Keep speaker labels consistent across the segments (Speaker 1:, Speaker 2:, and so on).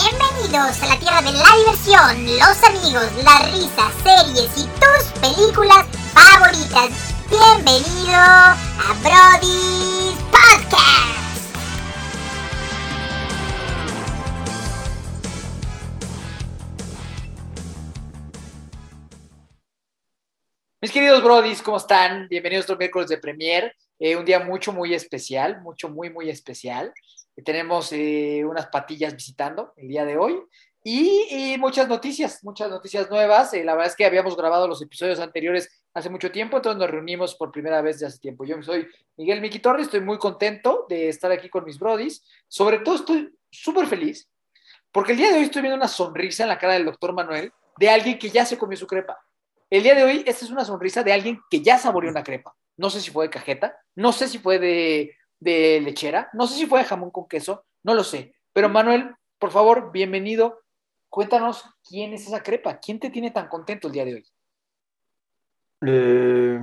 Speaker 1: Bienvenidos a la tierra de la diversión, los amigos, las risas, series y tus películas favoritas. Bienvenido a Brody's Podcast.
Speaker 2: Mis queridos brodis, ¿cómo están? Bienvenidos a otro miércoles de Premier. Eh, un día mucho, muy especial, mucho, muy, muy especial. Eh, Tenemos eh, unas patillas visitando el día de hoy y, eh, muchas noticias, muchas noticias nuevas. Eh, la verdad es que habíamos grabado los episodios anteriores hace mucho tiempo, entonces nos reunimos por primera vez de hace tiempo. Yo soy Miguel Miki Torres, estoy muy contento de estar aquí con mis brodis. Sobre todo estoy súper feliz porque el día de hoy estoy viendo una sonrisa en la cara del doctor Manuel de alguien que ya se comió su crepa. El día de hoy, esta es una sonrisa de alguien que ya saboreó una crepa. No sé si fue de cajeta, no sé si fue de, de lechera, no sé si fue de jamón con queso, no lo sé. Pero Manuel, por favor, bienvenido. Cuéntanos quién es esa crepa, quién te tiene tan contento el día de hoy.
Speaker 3: Eh,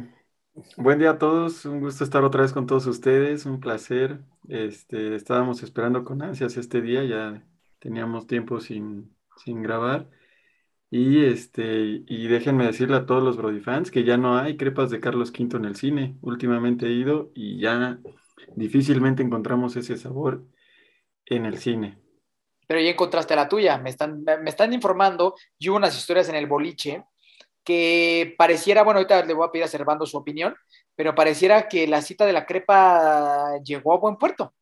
Speaker 3: buen día a todos, un gusto estar otra vez con todos ustedes, un placer. Este, estábamos esperando con ansias este día, ya teníamos tiempo sin, sin grabar. Y este, y déjenme decirle a todos los Brody fans que ya no hay crepas de Carlos V en el cine. Últimamente he ido y ya difícilmente encontramos ese sabor en el cine.
Speaker 2: Pero ya encontraste la tuya. Me están, me me están informando, y hubo unas historias en el boliche que pareciera, bueno, ahorita le voy a pedir a Servando su opinión, pero pareciera que la cita de la crepa llegó a buen puerto.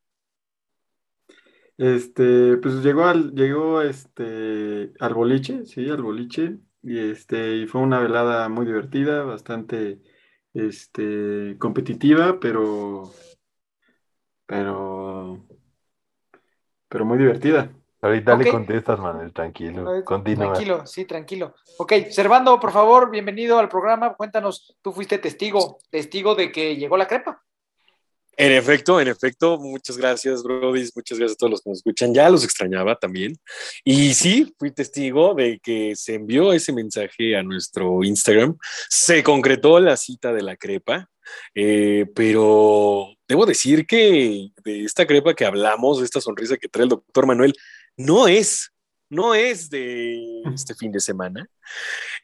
Speaker 3: Este, pues llegó al, llegó este, al boliche, sí, al boliche, y este, y fue una velada muy divertida, bastante, este, competitiva, pero, pero, pero muy divertida.
Speaker 4: Ahorita
Speaker 2: Ok.
Speaker 4: le contestas, Manuel, tranquilo.
Speaker 2: Ay,
Speaker 4: Continúa.
Speaker 2: Tranquilo, sí, tranquilo. Ok, Servando, por favor, bienvenido al programa. Cuéntanos, tú fuiste testigo, testigo de que llegó la crepa.
Speaker 5: En efecto, en efecto, muchas gracias, Brodis, muchas gracias a todos los que nos escuchan. Ya los extrañaba también. Y sí, fui testigo de que se envió ese mensaje a nuestro Instagram. Se concretó la cita de la crepa, eh, pero debo decir que de esta crepa que hablamos, de esta sonrisa que trae el doctor Manuel, no es, no es de este fin de semana,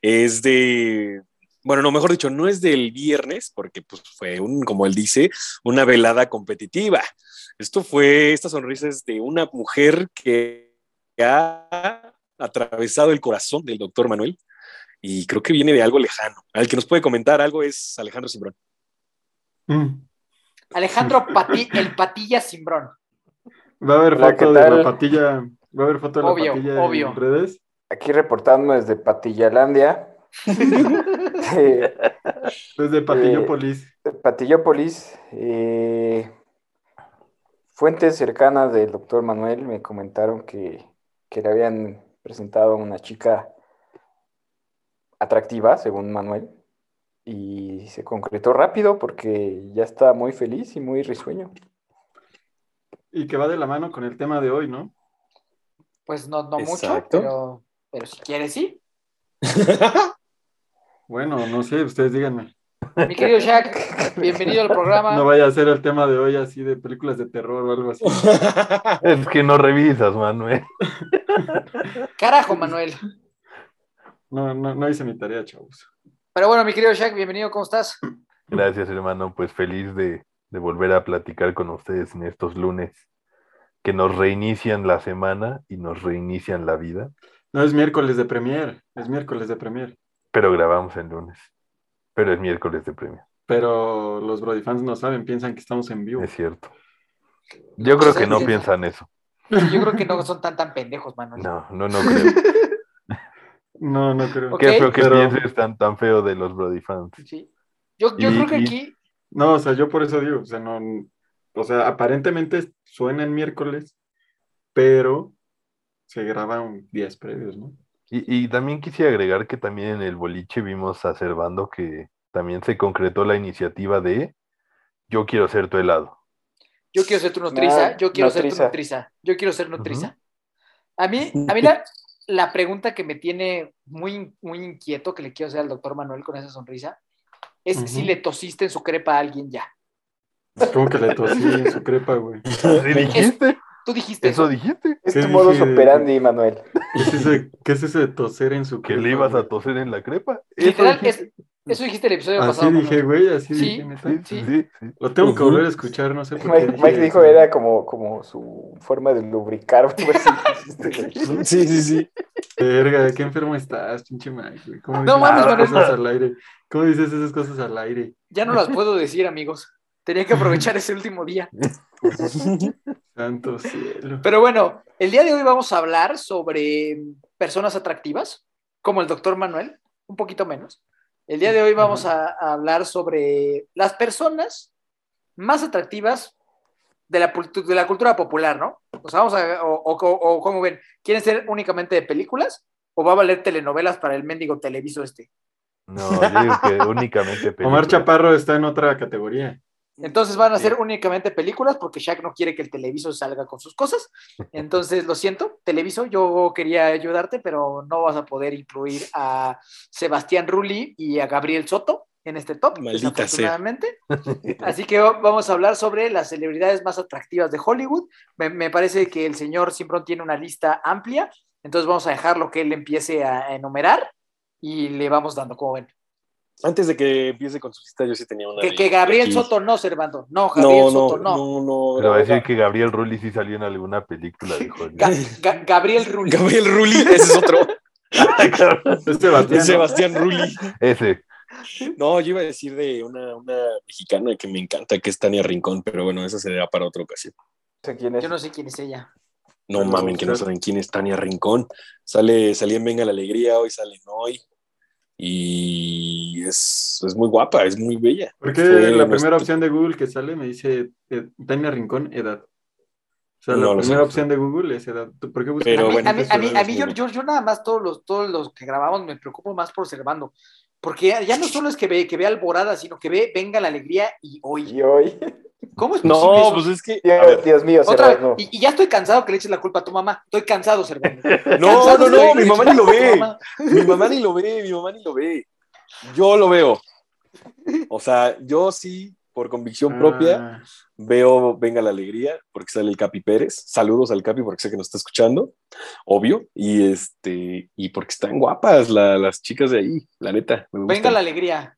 Speaker 5: es de... Bueno, no, mejor dicho, no es del viernes, porque pues, fue un, como él dice, una velada competitiva. Esto fue, estas sonrisas de una mujer que ha atravesado el corazón del doctor Manuel y creo que viene de algo lejano. Al que nos puede comentar algo es Alejandro Simbrón.
Speaker 3: Mm.
Speaker 2: Alejandro Pati, el Patilla Simbrón.
Speaker 3: Va a haber
Speaker 6: Hola,
Speaker 3: foto
Speaker 6: ¿qué
Speaker 3: de la
Speaker 6: tal?
Speaker 3: patilla, va a haber foto de la
Speaker 2: Obvio,
Speaker 3: patilla en
Speaker 2: obvio.
Speaker 3: redes.
Speaker 6: Aquí reportando desde Patillalandia, eh,
Speaker 3: Desde Patillopolis.
Speaker 6: Patillopolis. eh, fuentes cercanas del doctor Manuel me comentaron que, que le habían presentado a una chica atractiva, según Manuel, y se concretó rápido porque ya está muy feliz y muy risueño.
Speaker 3: Y que va de la mano con el tema de hoy, ¿no?
Speaker 2: Pues no, no mucho,
Speaker 5: Exacto.
Speaker 2: pero, pero si quieres, sí.
Speaker 3: Bueno, no sé, ustedes díganme.
Speaker 2: Mi querido Shaq, bienvenido al programa.
Speaker 3: No vaya a ser el tema de hoy así de películas de terror o algo así.
Speaker 4: Es que no revisas, Manuel.
Speaker 2: Carajo, Manuel.
Speaker 3: No, no, no hice mi tarea, chavos.
Speaker 2: Pero bueno, mi querido Shaq, bienvenido, ¿cómo estás?
Speaker 4: Gracias, hermano. Pues feliz de, de volver a platicar con ustedes en estos lunes que nos reinician la semana y nos reinician la vida,
Speaker 3: No es miércoles de premier, es miércoles de premier.
Speaker 4: pero grabamos el lunes. Pero es miércoles de premio,
Speaker 3: Pero los Brody fans no saben, piensan que estamos en vivo.
Speaker 4: es cierto. Yo
Speaker 2: Pues
Speaker 4: creo que no piensan eso.
Speaker 2: Yo creo que no son tan tan pendejos, Manuel.
Speaker 4: No, no, no creo.
Speaker 3: No, no creo.
Speaker 2: Ok.
Speaker 4: Qué feo que
Speaker 3: Pero-
Speaker 4: pienses tan, tan feo de los Brody fans.
Speaker 2: Sí. Yo, yo
Speaker 4: Y-
Speaker 2: creo que
Speaker 4: y-
Speaker 2: aquí,
Speaker 3: No, o sea, yo por eso digo, o sea, no, o sea, aparentemente suena en miércoles, pero se graban días previos, ¿no?
Speaker 4: Y, y también quisiera agregar que también en el boliche vimos a Servando que también se concretó la iniciativa de yo quiero ser tu helado.
Speaker 2: yo quiero ser tu nutriza,
Speaker 6: No,
Speaker 2: yo quiero ser tu
Speaker 6: nutriza.
Speaker 2: nutriza, yo quiero ser nutriza. A mí, a mí la, la pregunta que me tiene muy, muy inquieto que le quiero hacer al doctor Manuel con esa sonrisa es si
Speaker 3: Ujú.
Speaker 2: le tosiste en su crepa a alguien ya.
Speaker 3: Como que le tosí en su crepa, güey.
Speaker 4: ¿Sí dijiste?
Speaker 2: Tú dijiste
Speaker 4: ¿Eso
Speaker 2: eso.
Speaker 4: dijiste?
Speaker 6: Es
Speaker 3: ¿Qué
Speaker 6: tu modus
Speaker 3: dije?
Speaker 6: operandi, Manuel.
Speaker 3: ¿Qué es eso de, qué es eso de toser en su
Speaker 4: que
Speaker 3: crepa,
Speaker 4: le ibas
Speaker 3: güey?
Speaker 4: a toser en la crepa.
Speaker 2: Literal,
Speaker 4: dije-
Speaker 2: es- eso dijiste el episodio
Speaker 3: Así
Speaker 2: pasado. ¿no?
Speaker 3: dije, güey, así
Speaker 2: Sí,
Speaker 3: dije, neta.
Speaker 4: Sí, sí, sí, sí.
Speaker 3: Lo tengo que
Speaker 5: Ujú.
Speaker 3: volver a escuchar, no sé por qué.
Speaker 6: Mike,
Speaker 3: dije
Speaker 6: Mike dijo
Speaker 3: eso.
Speaker 6: era como, como su forma de lubricar. o algo así.
Speaker 5: Sí, sí, sí.
Speaker 3: Verga, qué enfermo estás, pinche Mike, güey. ¿Cómo
Speaker 2: No
Speaker 3: dices
Speaker 2: mames,
Speaker 3: esas
Speaker 2: Manuel.
Speaker 3: cosas al aire? ¿Cómo dices esas cosas al aire?
Speaker 2: Ya no las puedo decir, amigos. Tenía que aprovechar ese último día.
Speaker 3: Santo cielo.
Speaker 2: Pero bueno, el día de hoy vamos a hablar sobre personas atractivas, como el doctor Manuel, un poquito menos. El día de hoy vamos a, a hablar sobre las personas más atractivas de la, pul- de la cultura popular, ¿no? O sea, vamos a, o, o, o- ¿cómo ven? ¿Quieren ser únicamente de películas o va a valer telenovelas para el mendigo televiso este?
Speaker 4: No, yo digo que únicamente
Speaker 3: Omar
Speaker 4: películas.
Speaker 3: Chaparro está en otra categoría.
Speaker 2: Entonces van a
Speaker 3: Sí.
Speaker 2: ser únicamente películas porque Shaq no quiere que el televiso salga con sus cosas. Entonces, lo siento, televiso, yo quería ayudarte, pero no vas a poder incluir a Sebastián Rulli y a Gabriel Soto en este top,
Speaker 5: Maldita
Speaker 2: desafortunadamente. Así que va- vamos a hablar sobre las celebridades más atractivas de Hollywood. Me, me parece que el señor Simprón tiene una lista amplia, entonces vamos a dejarlo que él empiece a enumerar y le vamos dando, como ven.
Speaker 5: Antes de que empiece con su lista, yo sí tenía una.
Speaker 2: Que,
Speaker 5: de-
Speaker 2: que Gabriel
Speaker 5: aquí.
Speaker 2: Soto no, Servando. No, Gabriel
Speaker 5: No, no,
Speaker 2: Soto no.
Speaker 5: no, no.
Speaker 4: Pero va a decir
Speaker 5: Gabriel-
Speaker 4: que Gabriel Rulli sí salió en alguna película de
Speaker 2: Ga-
Speaker 4: Hollywood.
Speaker 2: Ga- Gabriel Rulli.
Speaker 5: Gabriel Rulli, ese es otro.
Speaker 3: Es Sebastián. Este ¿no?
Speaker 5: Sebastián Rulli.
Speaker 4: Ese.
Speaker 5: No, yo iba a decir de una, una mexicana que me encanta, que es Tania Rincón, pero bueno, esa será para otra ocasión.
Speaker 6: No sé quién es.
Speaker 2: Yo no sé quién es ella.
Speaker 5: No
Speaker 3: Pero,
Speaker 5: mamen, que no
Speaker 3: claro.
Speaker 5: saben quién es Tania Rincón. Sale, salía en Venga la Alegría, hoy sale en hoy. Y es, es muy guapa, es muy bella.
Speaker 3: ¿Por qué
Speaker 5: Fue
Speaker 3: la
Speaker 5: nuestro-
Speaker 3: primera opción de Google que sale me dice eh, Tania Rincón, edad? O sea,
Speaker 5: No
Speaker 3: la
Speaker 5: lo sé.
Speaker 3: primera opción de Google es edad. ¿Tú ¿Por qué buscas?
Speaker 2: a
Speaker 5: Pero
Speaker 2: mí,
Speaker 5: bueno,
Speaker 2: a mí,
Speaker 5: entonces
Speaker 2: a mí-
Speaker 5: vamos
Speaker 2: a mí yo,
Speaker 5: bien.
Speaker 2: yo, yo nada más todos los, todos los que grabamos me preocupo más por Servando. Porque ya no solo es que ve, que ve Alborada, sino que ve Venga la Alegría y hoy.
Speaker 6: Y hoy.
Speaker 2: ¿Cómo es posible
Speaker 5: No,
Speaker 2: eso?
Speaker 5: pues es que.
Speaker 6: Dios,
Speaker 5: a ver,
Speaker 6: Dios mío,
Speaker 2: Otra vez,
Speaker 6: Serrano.
Speaker 2: y, y ya estoy cansado que le eches la culpa a tu mamá. Estoy cansado, Servando.
Speaker 5: no, no, no, mi mamá ni lo ve. Mi mamá ni lo ve, mi mamá ni lo ve. Yo lo veo. O sea, yo sí, por convicción propia,
Speaker 3: Ah,
Speaker 5: Veo Venga la Alegría, porque sale el Capi Pérez. Saludos al Capi, porque sé que nos está escuchando, obvio. Y este, y porque están guapas la- las chicas de ahí, la neta. me
Speaker 2: Venga
Speaker 5: gustan.
Speaker 2: la Alegría.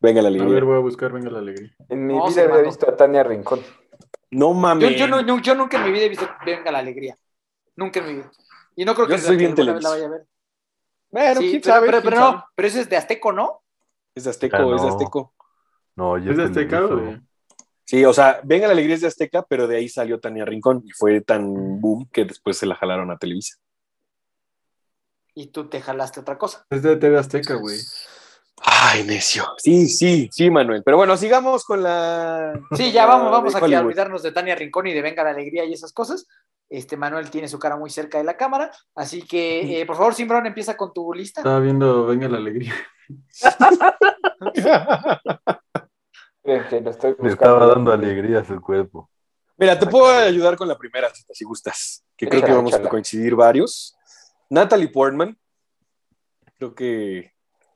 Speaker 5: Venga la
Speaker 3: a
Speaker 5: Alegría.
Speaker 3: ver, voy a buscar, venga la alegría.
Speaker 6: En mi
Speaker 2: No,
Speaker 6: vida había
Speaker 2: Serrano.
Speaker 6: visto a Tania Rincón.
Speaker 5: No
Speaker 2: Yo,
Speaker 5: mames.
Speaker 2: yo, no- no- yo nunca en mi vida he visto Venga la Alegría. Nunca en mi vida. Y no creo
Speaker 5: Yo
Speaker 2: que
Speaker 5: soy bien
Speaker 2: alguna vez la
Speaker 5: televis-
Speaker 2: vaya a ver.
Speaker 5: Bueno,
Speaker 2: Sí,
Speaker 5: quién
Speaker 2: pero-
Speaker 5: sabe.
Speaker 2: pero,
Speaker 5: quién
Speaker 2: pero
Speaker 5: sabe.
Speaker 2: no, pero ese es de Azteco, ¿no?
Speaker 5: Es de Azteco,
Speaker 4: Ah, no.
Speaker 5: es de Azteco.
Speaker 4: No, este yo
Speaker 3: ¿Es de Azteca o
Speaker 4: televiso.
Speaker 3: de-
Speaker 5: Sí, o sea, Venga la Alegría es de Azteca, pero de ahí salió Tania Rincón y fue tan boom que después se la jalaron a Televisa.
Speaker 2: Y tú te jalaste otra cosa.
Speaker 3: Es de TV Azteca, güey.
Speaker 5: Ay, necio. Sí, sí, sí, Manuel. Pero bueno, sigamos con la.
Speaker 2: Sí, ya vamos, vamos
Speaker 5: de
Speaker 2: aquí a
Speaker 5: Hollywood.
Speaker 2: olvidarnos de Tania Rincón y de Venga la Alegría y esas cosas. Este Manuel tiene su cara muy cerca de la cámara, así que eh, por favor, Simbrón, empieza con tu lista.
Speaker 3: Estaba viendo Venga la alegría.
Speaker 6: Miren que lo estoy buscando.
Speaker 4: Le estaba dando alegría a su cuerpo.
Speaker 5: Mira, te puedo ayudar con la primera, si- si gustas, que creo que
Speaker 6: Échala,
Speaker 5: vamos a
Speaker 6: échala.
Speaker 5: coincidir varios. Natalie Portman, creo que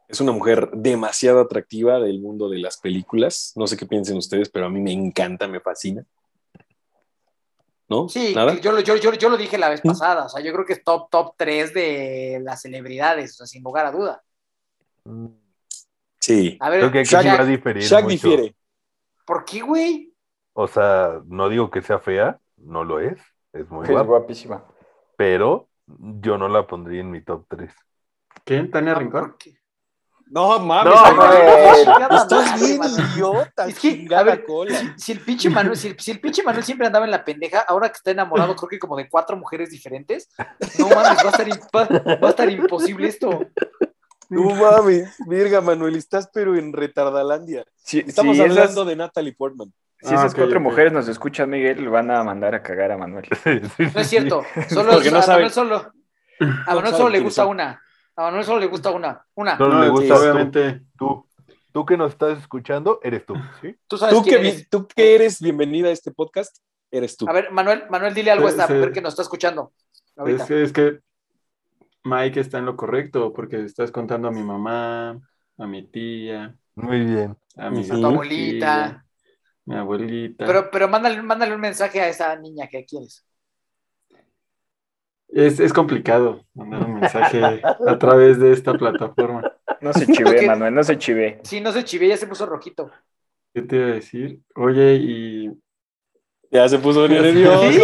Speaker 5: es una mujer demasiado atractiva del mundo de las películas. No sé qué piensen ustedes, pero a mí me encanta, me fascina. ¿No?
Speaker 2: Sí,
Speaker 5: ¿Nada?
Speaker 2: yo, lo- yo, yo, yo lo dije la vez
Speaker 5: ¿Mm?
Speaker 2: pasada, o sea, yo creo que es top, top 3 de las celebridades, o sea, sin lugar a duda.
Speaker 3: Eh,
Speaker 4: Mm.
Speaker 5: Sí.
Speaker 2: A ver,
Speaker 4: Creo que aquí
Speaker 2: Shaq,
Speaker 4: sí va a diferir
Speaker 5: Shaq
Speaker 4: mucho.
Speaker 5: difiere.
Speaker 2: ¿por qué, güey?
Speaker 4: O sea, no digo que sea fea, no lo es, es muy
Speaker 6: Que es
Speaker 4: guapa,
Speaker 6: guapísima.
Speaker 4: pero yo no la pondría en mi top 3.
Speaker 3: ¿Quién? ¿Tania
Speaker 2: Ah,
Speaker 3: Rincón?
Speaker 2: ¿por qué?
Speaker 5: No mames,
Speaker 4: No,
Speaker 2: Ay,
Speaker 5: Manuel,
Speaker 2: güey,
Speaker 6: no,
Speaker 2: chingada
Speaker 5: estás
Speaker 2: madre,
Speaker 5: bien
Speaker 2: Manuel.
Speaker 5: idiota.
Speaker 2: Es que, a
Speaker 5: chingada
Speaker 2: ver,
Speaker 5: cola.
Speaker 2: Si el pinche Manuel, si el, si el pinche Manuel siempre andaba en la pendeja, ahora que está enamorado, creo que como de cuatro mujeres diferentes. No mames, va a estar, im- va- va a estar imposible esto.
Speaker 5: No mames, verga, Manuel, estás pero en retardalandia. Estamos
Speaker 6: si esas-
Speaker 5: hablando de Natalie Portman.
Speaker 6: Si esas
Speaker 3: Ah, ok,
Speaker 6: cuatro
Speaker 3: ok.
Speaker 6: mujeres nos escuchan, Miguel, van a mandar a cagar a Manuel.
Speaker 2: No es cierto. Solo,
Speaker 5: Porque no
Speaker 2: a
Speaker 5: saben.
Speaker 2: Manuel solo, a Manuel
Speaker 5: saben
Speaker 2: solo le
Speaker 5: quiénes
Speaker 2: gusta
Speaker 5: son.
Speaker 2: una. A Manuel solo le gusta una. Una.
Speaker 4: No,
Speaker 3: No,
Speaker 4: me
Speaker 3: sí,
Speaker 4: gusta obviamente.
Speaker 3: obviamente.
Speaker 4: Tú, tú que nos estás escuchando, eres tú, ¿sí?
Speaker 2: Tú sabes
Speaker 5: Tú que,
Speaker 2: quién
Speaker 5: vi-
Speaker 2: eres.
Speaker 5: tú que eres bienvenida a este podcast, eres tú.
Speaker 2: A ver, Manuel, Manuel, dile algo a esta
Speaker 3: Sí, sí.
Speaker 2: mujer que nos está escuchando. Ahorita.
Speaker 3: Es que, es que Mike está en lo correcto, porque estás contando a mi mamá, a mi tía,
Speaker 4: Muy bien.
Speaker 3: a mi
Speaker 5: A tu
Speaker 3: tía,
Speaker 2: abuelita.
Speaker 3: mi abuelita.
Speaker 2: Pero, pero mándale, mándale un mensaje a esa niña que quieres.
Speaker 3: Es, es complicado mandar un mensaje a través de esta plataforma.
Speaker 6: No se chive,
Speaker 2: Ok.
Speaker 6: Manuel, no se chive.
Speaker 2: Sí, no se chivé, ya se puso rojito.
Speaker 3: ¿Qué te iba a decir? Oye, y
Speaker 5: Ya se puso bien nervioso.
Speaker 2: Sí.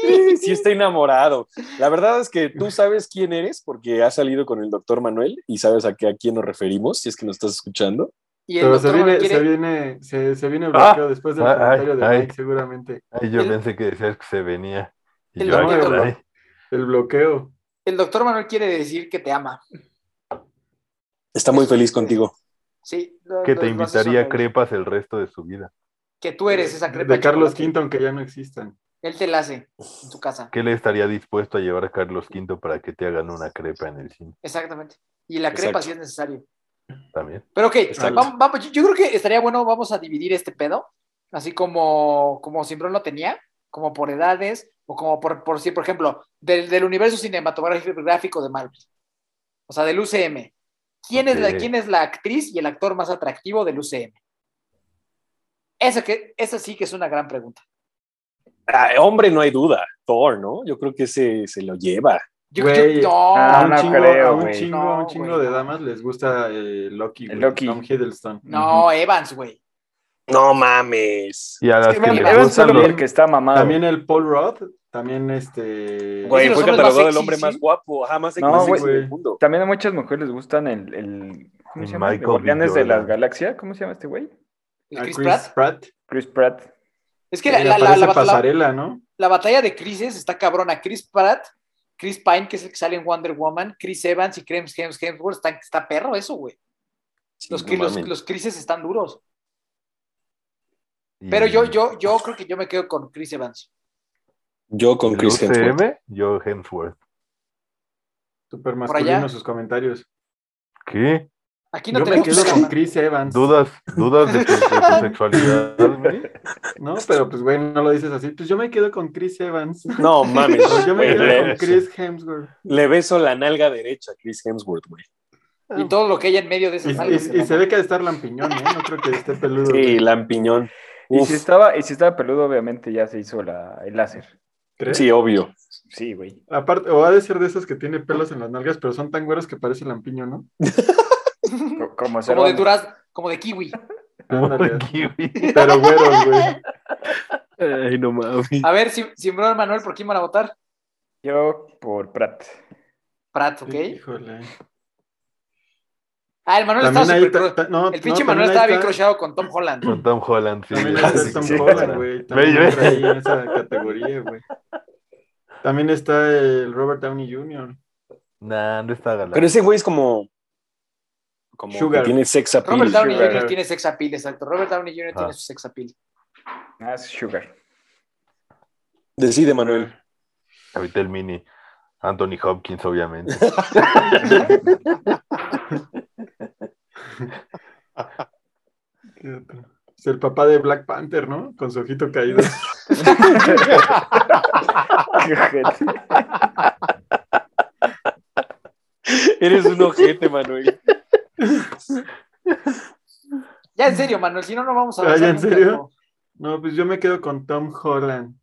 Speaker 5: Sí, sí está enamorado. La verdad es que tú sabes quién eres porque has salido con el doctor Manuel y sabes a, qué, a quién nos referimos, si es que nos estás escuchando.
Speaker 2: Y el
Speaker 3: pero se
Speaker 2: doctor Manuel
Speaker 3: viene,
Speaker 2: quiere-
Speaker 3: se viene, se, se viene bloqueado después del
Speaker 4: ah,
Speaker 3: comentario de
Speaker 4: ay,
Speaker 3: Mike,
Speaker 4: ay.
Speaker 3: seguramente.
Speaker 4: Ay, yo
Speaker 2: El-
Speaker 4: pensé que decías que se venía. Y
Speaker 2: El
Speaker 4: yo, ay,
Speaker 2: domingo.
Speaker 4: caray.
Speaker 3: El bloqueo.
Speaker 2: el doctor Manuel quiere decir que te ama.
Speaker 5: Está muy feliz contigo.
Speaker 2: Sí. lo-
Speaker 4: que
Speaker 2: lo-
Speaker 4: te
Speaker 2: lo hace
Speaker 4: invitaría a
Speaker 2: sonreír.
Speaker 4: crepas el resto de su vida.
Speaker 2: Que tú eres esa crepa.
Speaker 3: De Carlos
Speaker 2: chocolate.
Speaker 3: Quinton, que ya no existan.
Speaker 2: Él te la hace en tu casa.
Speaker 4: ¿Qué le estaría dispuesto a llevar a Carlos V para que te hagan una crepa en el cine
Speaker 2: Exactamente. Y la crepa
Speaker 5: Exacto.
Speaker 2: si es necesario.
Speaker 4: también?
Speaker 2: Pero ok,
Speaker 5: Exacto.
Speaker 2: vamos, vamos, yo, yo creo que estaría bueno, vamos a dividir este pedo, así como, como Simbrón lo tenía, como por edades, o como por, por sí, por ejemplo, del, del universo cinematográfico de Marvel. O sea, del UCM. ¿Quién, es la,
Speaker 4: Ok.
Speaker 2: ¿Quién es la actriz y el actor más atractivo del UCM? Esa, que, esa sí que es una gran pregunta.
Speaker 5: Ah, hombre, no hay duda. Thor, ¿no? Yo creo que se, se lo lleva.
Speaker 2: Yo,
Speaker 3: Güey, ah,
Speaker 2: yo-
Speaker 3: A
Speaker 2: Ah, no,
Speaker 3: un
Speaker 6: no
Speaker 3: chingo,
Speaker 6: creo,
Speaker 3: a un
Speaker 6: güey.
Speaker 3: chingo,
Speaker 2: No,
Speaker 3: a un chingo
Speaker 2: güey,
Speaker 3: de
Speaker 2: no.
Speaker 3: damas les gusta eh, Loki, güey,
Speaker 6: Loki.
Speaker 3: Tom Hiddleston.
Speaker 2: no, Evans, güey.
Speaker 5: No mames.
Speaker 4: Y a
Speaker 2: que
Speaker 4: las que
Speaker 2: Evan-
Speaker 4: les
Speaker 2: Evan
Speaker 6: Evan
Speaker 4: gustan
Speaker 6: solo
Speaker 4: los...
Speaker 6: porque está
Speaker 2: Ah.
Speaker 6: mamado.
Speaker 3: También el Paul Rudd, también este...
Speaker 5: Güey,
Speaker 2: los
Speaker 5: fue
Speaker 2: hombres más
Speaker 5: catalogado el
Speaker 2: sexy,
Speaker 5: hombre
Speaker 2: sí.
Speaker 5: más guapo, jamás
Speaker 6: No,
Speaker 5: más sexy
Speaker 3: güey.
Speaker 5: del mundo.
Speaker 6: También a muchas mujeres les gustan el, el ¿cómo
Speaker 4: El
Speaker 6: se llama?
Speaker 4: Michael B.
Speaker 6: Guardianes de
Speaker 4: Jordan.
Speaker 6: las Galaxias, ¿cómo se llama este güey?
Speaker 2: El
Speaker 3: a
Speaker 2: Ah, Chris Pratt.
Speaker 6: Chris Pratt.
Speaker 2: Es que
Speaker 3: Que
Speaker 2: la, la- la-
Speaker 3: Eh, aparece
Speaker 2: la batalla-
Speaker 3: pasarela, ¿no?
Speaker 2: la batalla de Crises está cabrona. Chris Pratt, Chris Pine, que es el que sale en Wonder Woman, Chris Evans y James James Hemsworth, está, está perro eso, güey. Los,
Speaker 4: no
Speaker 2: cri- los,
Speaker 4: mames.
Speaker 2: los Crises están duros.
Speaker 4: y
Speaker 2: Pero yo,
Speaker 4: Mm.
Speaker 2: yo, yo creo que yo me quedo con Chris Evans.
Speaker 5: Yo con
Speaker 4: el
Speaker 5: Chris
Speaker 4: UCM,
Speaker 5: Hemsworth.
Speaker 4: Yo Hemsworth.
Speaker 3: Super
Speaker 2: allá.
Speaker 3: masculino sus comentarios.
Speaker 4: ¿Qué?
Speaker 2: Aquí no
Speaker 3: Yo me
Speaker 2: tenemos
Speaker 3: quedo con
Speaker 2: problema.
Speaker 3: Chris Evans.
Speaker 4: ¿Dudas, dudas de, tu, de tu sexualidad? güey?
Speaker 3: No, pero pues, güey, no lo dices así. Pues yo me quedo con Chris Evans.
Speaker 5: No mames.
Speaker 3: O yo me
Speaker 5: güey,
Speaker 3: quedo con
Speaker 5: le,
Speaker 3: Chris Hemsworth.
Speaker 5: le beso la nalga derecha a Chris Hemsworth, güey.
Speaker 2: Y todo lo que hay en medio de
Speaker 3: Y,
Speaker 2: esas
Speaker 3: y-
Speaker 2: algas,
Speaker 3: y
Speaker 2: hermano.
Speaker 3: se ve que ha de estar lampiñón, ¿eh? No creo que esté peludo.
Speaker 5: Sí, lampiñón.
Speaker 6: Y
Speaker 5: Uf,
Speaker 6: si estaba, y si estaba peludo, obviamente ya se hizo la, el láser.
Speaker 3: ¿crees?
Speaker 5: sí, obvio.
Speaker 6: Sí, güey.
Speaker 3: Aparte, o ha de ser de esos que tiene pelos en las nalgas, pero son tan güeros que parece lampiño, ¿no?
Speaker 6: Co- Como,
Speaker 2: Como de
Speaker 6: Cervantes.
Speaker 2: duraz, como de kiwi.
Speaker 3: Ándale.
Speaker 4: Kiwi.
Speaker 3: Pero güeros, güey.
Speaker 5: Ay, no mames.
Speaker 2: A ver, Sim- Simbrón Manuel, ¿por quién van a votar?
Speaker 6: Yo por Pratt.
Speaker 2: Pratt, ¿ok?
Speaker 3: Híjole.
Speaker 2: Ah, el Manuel estaba
Speaker 3: También ahí
Speaker 2: súper
Speaker 3: ta-
Speaker 2: cru-
Speaker 3: ta- no,
Speaker 2: El pinche
Speaker 3: no,
Speaker 2: Manuel
Speaker 3: también ahí
Speaker 2: estaba bien
Speaker 3: está-
Speaker 2: crochado con Tom Holland.
Speaker 4: Con Tom Holland, sí.
Speaker 3: También
Speaker 4: güey.
Speaker 3: está
Speaker 4: Sí,
Speaker 3: Tom
Speaker 4: sí,
Speaker 3: Holland,
Speaker 4: sí.
Speaker 3: güey.
Speaker 4: Ve,
Speaker 3: También
Speaker 4: ve.
Speaker 3: entra ahí en esa categoría, güey. También está el Robert Downey Jr.
Speaker 4: Nah, no está galán.
Speaker 5: Pero ese güey es como. Como
Speaker 3: Sugar.
Speaker 5: que tiene sex appeal.
Speaker 2: Robert Downey
Speaker 6: Sugar.
Speaker 2: Jr. tiene sex appeal, exacto. Robert Downey Jr. tiene
Speaker 4: Ah.
Speaker 2: su sex appeal.
Speaker 6: Ah, es Sugar.
Speaker 5: Decide, Manuel.
Speaker 4: Ahorita el mini. Anthony Hopkins, obviamente.
Speaker 3: ¿Qué otro? Es el papá de Black Panther, ¿no? Con su ojito caído.
Speaker 6: Qué ojete.
Speaker 5: Eres un ojete, Manuel.
Speaker 2: Ya en serio, Manuel, si no, no vamos a
Speaker 3: Ah,
Speaker 2: avanzar
Speaker 3: ¿ya en
Speaker 2: nunca,
Speaker 3: serio?
Speaker 2: no.
Speaker 3: No, pues yo me quedo con Tom Holland.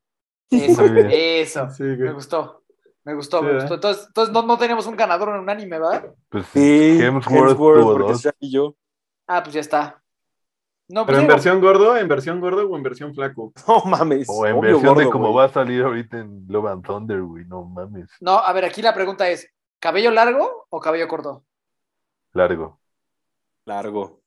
Speaker 2: Eso,
Speaker 4: Muy bien.
Speaker 2: eso. Pues,
Speaker 3: Sí,
Speaker 2: Me
Speaker 3: güey.
Speaker 2: gustó. Me gustó,
Speaker 3: Sí,
Speaker 2: me
Speaker 3: ¿verdad?
Speaker 2: gustó. Entonces, entonces no, no tenemos un ganador en un anime, ¿verdad?
Speaker 4: Pues,
Speaker 5: Sí,
Speaker 4: Hemsworth,
Speaker 5: Hemsworth,
Speaker 4: tuvo
Speaker 5: porque
Speaker 4: dos.
Speaker 5: Shaq y yo.
Speaker 2: Ah, pues ya está. No, pues
Speaker 3: Pero en
Speaker 2: digo,
Speaker 3: versión gordo, en versión gordo o en versión flaco.
Speaker 5: No mames.
Speaker 4: O en
Speaker 5: obvio
Speaker 4: versión de
Speaker 5: gordo,
Speaker 4: como
Speaker 5: güey.
Speaker 4: va a salir ahorita en Love and Thunder, güey. No mames.
Speaker 2: no, a ver, aquí la pregunta es: ¿cabello largo o cabello corto?
Speaker 4: Largo.
Speaker 5: Largo.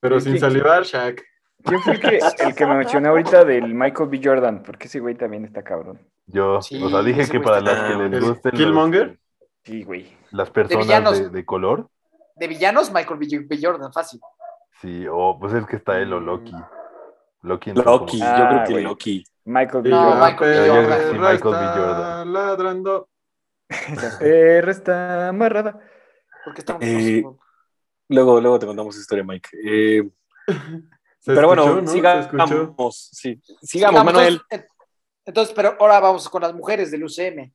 Speaker 3: Pero sin salivar, Shaq.
Speaker 6: ¿Quién fue el que, el que me mencioné ahorita del Michael B. Jordan? Porque ese güey también está cabrón.
Speaker 4: Yo,
Speaker 2: Sí,
Speaker 4: o sea, dije
Speaker 2: ese
Speaker 4: que
Speaker 2: güey
Speaker 4: para
Speaker 2: está
Speaker 4: las que
Speaker 3: cabrón.
Speaker 4: les
Speaker 3: ¿El
Speaker 4: gusten los-
Speaker 3: Killmonger?
Speaker 6: Sí, güey.
Speaker 4: las personas
Speaker 2: villanos.
Speaker 4: de, de color,
Speaker 2: De villanos, Michael B. B. Jordan, fácil.
Speaker 4: sí, o pues es que está él o Loki.
Speaker 2: Mm.
Speaker 4: Loki. entra como-
Speaker 5: Loki,
Speaker 6: Ah,
Speaker 5: yo creo que
Speaker 6: güey.
Speaker 5: Loki.
Speaker 6: Michael B.
Speaker 3: Y
Speaker 2: No,
Speaker 3: la
Speaker 6: Jordan.
Speaker 2: Michael B. Jordan.
Speaker 3: perra
Speaker 4: Sí, Michael B.
Speaker 3: está
Speaker 4: Jordan.
Speaker 3: Ladrando.
Speaker 6: Esa perra está amarrada.
Speaker 2: Porque estamos.
Speaker 5: Eh, Luego, luego te contamos esa historia, Mike. Eh,
Speaker 3: Se
Speaker 5: pero
Speaker 3: escuchó,
Speaker 5: bueno,
Speaker 3: ¿no? Se escuchó.
Speaker 5: sigamos. Sí, sigamos,
Speaker 2: Digamos,
Speaker 5: Manuel.
Speaker 2: Entonces, eh, entonces, pero ahora vamos con las mujeres del UCM.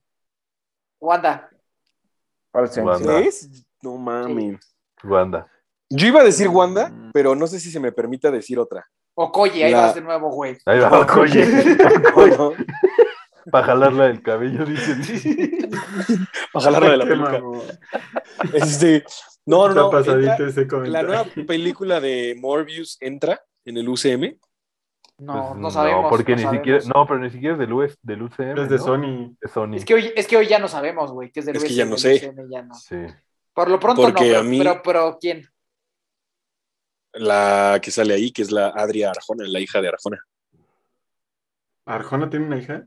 Speaker 2: Wanda.
Speaker 6: Olsen,
Speaker 4: Wanda.
Speaker 6: sí.
Speaker 5: ¿Ves? No mames.
Speaker 4: Wanda.
Speaker 5: Yo iba a decir Wanda,
Speaker 3: Mm.
Speaker 5: pero no sé si se me permita decir otra.
Speaker 2: Okoye, ahí
Speaker 5: La-
Speaker 2: vas de nuevo, güey.
Speaker 4: Ahí va.
Speaker 6: Oye.
Speaker 5: Bueno,
Speaker 4: Para jalarla del cabello, dice.
Speaker 5: Ojalá la de la
Speaker 3: Qué
Speaker 5: peluca.
Speaker 3: mamón.
Speaker 5: Este, no, no,
Speaker 3: Está
Speaker 5: no.
Speaker 3: pasadito
Speaker 5: entra-
Speaker 3: ese
Speaker 5: la
Speaker 3: comentario.
Speaker 5: nueva película de Morbius entra en el UCM.
Speaker 4: Pues,
Speaker 2: No, no sabemos.
Speaker 4: No, porque
Speaker 2: no
Speaker 4: ni
Speaker 2: sabemos.
Speaker 4: siquiera. No, pero ni siquiera es del, US, del UCM.
Speaker 3: Es de
Speaker 4: ¿no?
Speaker 3: Sony.
Speaker 4: De Sony.
Speaker 2: Es que, hoy, es que hoy ya no sabemos, güey. Que es, del
Speaker 5: Es que
Speaker 2: USM,
Speaker 5: ya no
Speaker 2: del
Speaker 5: sé.
Speaker 2: USM, ya no.
Speaker 4: Sí.
Speaker 2: Por lo pronto
Speaker 5: Porque
Speaker 2: no, pero,
Speaker 5: a mí-
Speaker 2: pero, pero ¿quién?
Speaker 5: La que sale ahí, que es la Adria Arjona, la hija de Arjona.
Speaker 3: ¿Arjona tiene una hija?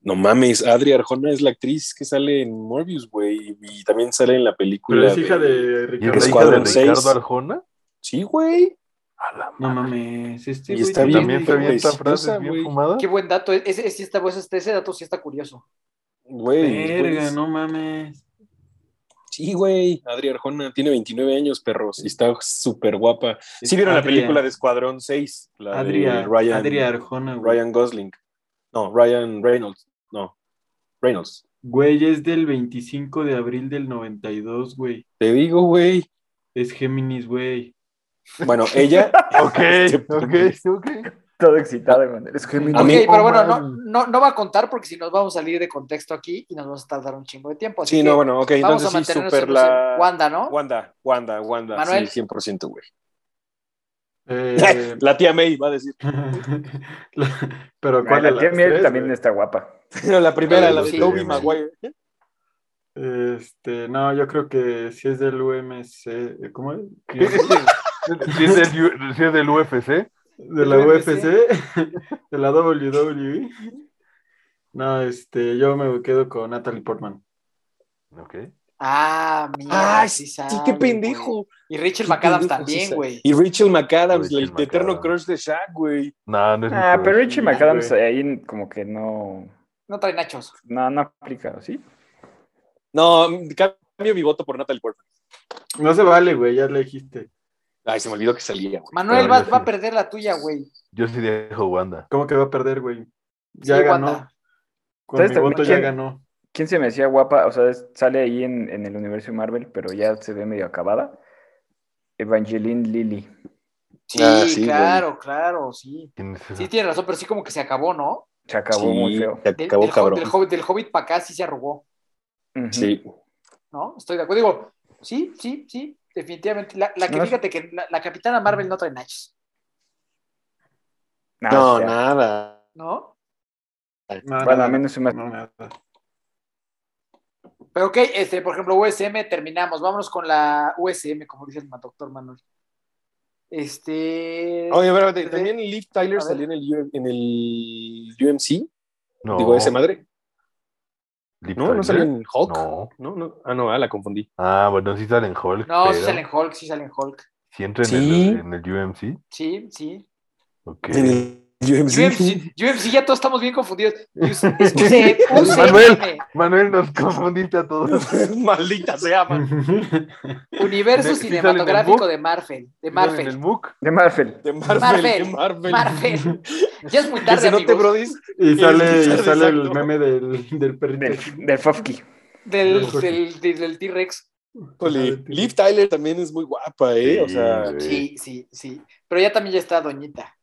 Speaker 5: No mames, Adria Arjona es la actriz que sale en Morbius, güey. Y también sale en la película.
Speaker 3: Pero es hija de
Speaker 4: ¿Y
Speaker 3: Ricardo.
Speaker 4: es la hija de
Speaker 5: Escuadrón
Speaker 4: Ricardo
Speaker 5: seis.
Speaker 4: Arjona?
Speaker 5: Sí, güey.
Speaker 3: No mames, este
Speaker 5: Y
Speaker 3: güey
Speaker 5: está
Speaker 4: Y
Speaker 3: tiene
Speaker 5: bien,
Speaker 4: también
Speaker 3: hija.
Speaker 4: se avienta
Speaker 5: preciosa,
Speaker 4: frases bien
Speaker 5: güey.
Speaker 4: fumadas.
Speaker 2: Qué buen dato. Ese, ese, está- pues, este, ese, ese dato sí está curioso.
Speaker 5: Güey.
Speaker 3: Verga,
Speaker 5: pues,
Speaker 3: no mames.
Speaker 5: Sí, güey. Adria Arjona tiene 29 años, perros. Y está súper guapa. Sí, vieron la
Speaker 3: Adria.
Speaker 5: película de Escuadrón 6. La de
Speaker 3: Adria,
Speaker 5: Ryan,
Speaker 3: Adria Arjona, güey.
Speaker 5: Ryan Gosling. No, Ryan Reynolds. No, Reynolds.
Speaker 3: Güey, es del 25 de abril del 92, güey.
Speaker 5: Te digo, güey.
Speaker 3: Es Géminis, güey.
Speaker 5: Bueno, ella. este, pues,
Speaker 4: Ok, ok, ok.
Speaker 6: Todo excitado, hermano. Es que mi-
Speaker 5: A
Speaker 2: ok,
Speaker 5: mí-
Speaker 2: pero bueno, no, no, no va a contar porque si nos vamos a salir de contexto aquí y nos vamos a tardar un chingo de tiempo. Así
Speaker 5: Sí,
Speaker 2: que
Speaker 5: no, bueno, ok.
Speaker 2: vamos
Speaker 5: Entonces
Speaker 2: a
Speaker 5: sí,
Speaker 2: mantenernos
Speaker 5: súper
Speaker 2: en
Speaker 5: la.
Speaker 2: Wanda, ¿no?
Speaker 5: Wanda, Wanda, Wanda.
Speaker 2: Manuel.
Speaker 5: Sí, 100%, güey.
Speaker 3: Eh,
Speaker 5: La tía May va a decir.
Speaker 3: la- Pero
Speaker 6: Ay,
Speaker 3: ¿cuál
Speaker 6: La
Speaker 3: de
Speaker 6: tía
Speaker 3: las
Speaker 6: Miel
Speaker 3: tres,
Speaker 6: también
Speaker 3: güey?
Speaker 6: está guapa.
Speaker 5: la primera, la de
Speaker 4: Sí,
Speaker 5: Toby
Speaker 4: sí.
Speaker 5: Maguire.
Speaker 3: Este, no, yo creo que si es del UMC, ¿cómo es?
Speaker 4: Si es del, U- si es del UFC,
Speaker 3: De la
Speaker 2: Del
Speaker 3: UFC,
Speaker 2: UFC.
Speaker 3: de la WWE. No, este, yo me quedo con Natalie Portman.
Speaker 4: ok.
Speaker 2: Ah, mira.
Speaker 5: Ay,
Speaker 2: sí,
Speaker 5: Sí,
Speaker 2: sale,
Speaker 5: qué
Speaker 2: güey.
Speaker 5: pendejo.
Speaker 2: Y Richard
Speaker 5: Qué
Speaker 2: McAdams
Speaker 5: pendejo, sí,
Speaker 2: también,
Speaker 5: sale.
Speaker 2: güey.
Speaker 5: Y Rachel McAdams,
Speaker 4: Rachel
Speaker 5: el eterno
Speaker 4: McAdams.
Speaker 5: crush de Shaq, güey.
Speaker 4: No, no es mi
Speaker 6: Ah,
Speaker 4: crush.
Speaker 6: pero Richie
Speaker 3: sí,
Speaker 6: McAdams
Speaker 3: güey.
Speaker 6: ahí como que no.
Speaker 2: No trae nachos.
Speaker 6: No, no aplica, ¿sí?
Speaker 5: No, cambio mi voto por Natalie Portman.
Speaker 3: No se vale, güey, ya le dijiste.
Speaker 5: Ay, se me olvidó que salía, güey.
Speaker 2: Manuel
Speaker 4: No,
Speaker 2: va,
Speaker 4: yo sí.
Speaker 2: va a perder la tuya, güey.
Speaker 4: Yo sí dejo Wanda.
Speaker 3: ¿Cómo que va a perder, güey? Ya
Speaker 2: Sí,
Speaker 3: ganó.
Speaker 2: Wanda.
Speaker 3: Con
Speaker 6: ¿Sabes
Speaker 3: mi
Speaker 6: también
Speaker 3: voto ya
Speaker 6: quién?
Speaker 3: ganó.
Speaker 6: ¿Quién se me decía guapa? O sea, es- sale ahí en, en el universo Marvel, pero ya se ve medio acabada. Evangeline Lilly.
Speaker 2: Sí,
Speaker 5: Ah, sí,
Speaker 2: claro, claro, sí.
Speaker 4: ¿Quién es esa?
Speaker 2: Sí, tiene razón, pero sí como que se acabó, ¿no?
Speaker 6: Se acabó muy feo.
Speaker 5: Se
Speaker 2: Del,
Speaker 5: acabó,
Speaker 2: del, Hobbit-
Speaker 5: cabrón.
Speaker 2: del Hobbit, del Hobbit para acá sí se arrugó,
Speaker 6: Ujú.
Speaker 5: Sí.
Speaker 2: ¿no? Estoy de acuerdo. Digo, sí, sí, sí, definitivamente. La, la que
Speaker 6: No.
Speaker 2: fíjate que la, la capitana Marvel no trae nachos,
Speaker 6: No,
Speaker 5: No,
Speaker 6: o sea,
Speaker 5: nada.
Speaker 2: ¿no?
Speaker 3: No,
Speaker 6: Bueno,
Speaker 3: nada,
Speaker 6: a mí no se me hace-
Speaker 3: no, nada.
Speaker 2: Pero ok, este, por ejemplo, USM terminamos. Vámonos con la USM, como dice el doctor Manuel. Este.
Speaker 5: Oye, espérate,
Speaker 2: Sí.
Speaker 5: también Liv
Speaker 2: A
Speaker 5: Tyler
Speaker 2: ver.
Speaker 5: salió en el, U- en el UMC.
Speaker 4: No.
Speaker 5: Digo, ese madre.
Speaker 4: Lip
Speaker 5: No, no
Speaker 4: Tyler.
Speaker 5: salió en Hulk. No.
Speaker 4: No.
Speaker 5: no, Ah, no, ah, la confundí.
Speaker 4: Ah, bueno, sí salen Hulk.
Speaker 2: no, sí
Speaker 4: pero
Speaker 2: salen Hulk, sí salen Hulk.
Speaker 4: sí entra en,
Speaker 5: Sí.
Speaker 4: el, en el UMC.
Speaker 2: Sí, sí.
Speaker 4: Ok.
Speaker 5: En el UMC.
Speaker 2: UFC, UFC, ya todos estamos bien confundidos. Es UC, UCM.
Speaker 4: Manuel. Manuel, nos confundiste a todos.
Speaker 5: Maldita sea, man.
Speaker 2: Universo
Speaker 4: ¿Sí salen en
Speaker 2: cinematográfico
Speaker 4: Book?
Speaker 2: de Marvel. De
Speaker 4: Marvel. En
Speaker 2: Marvel.
Speaker 4: el MOOC.
Speaker 6: De Marvel.
Speaker 5: De Marvel.
Speaker 2: Marvel,
Speaker 5: de Marvel.
Speaker 2: Marvel. Ya es muy
Speaker 5: Que
Speaker 2: tarde,
Speaker 5: se note,
Speaker 2: amigos.
Speaker 5: brodis.
Speaker 3: y sale, y
Speaker 5: Exacto.
Speaker 3: sale el meme del, del perrito.
Speaker 6: Del, del Fofki.
Speaker 2: Del,
Speaker 3: Mejor.
Speaker 2: del, del, del T-Rex.
Speaker 5: Híjole, Liv Tyler también es muy guapa, ¿eh? o
Speaker 4: Sí,
Speaker 5: sea,
Speaker 4: güey.
Speaker 2: Sí, sí, sí. Pero ya también ya está Doñita.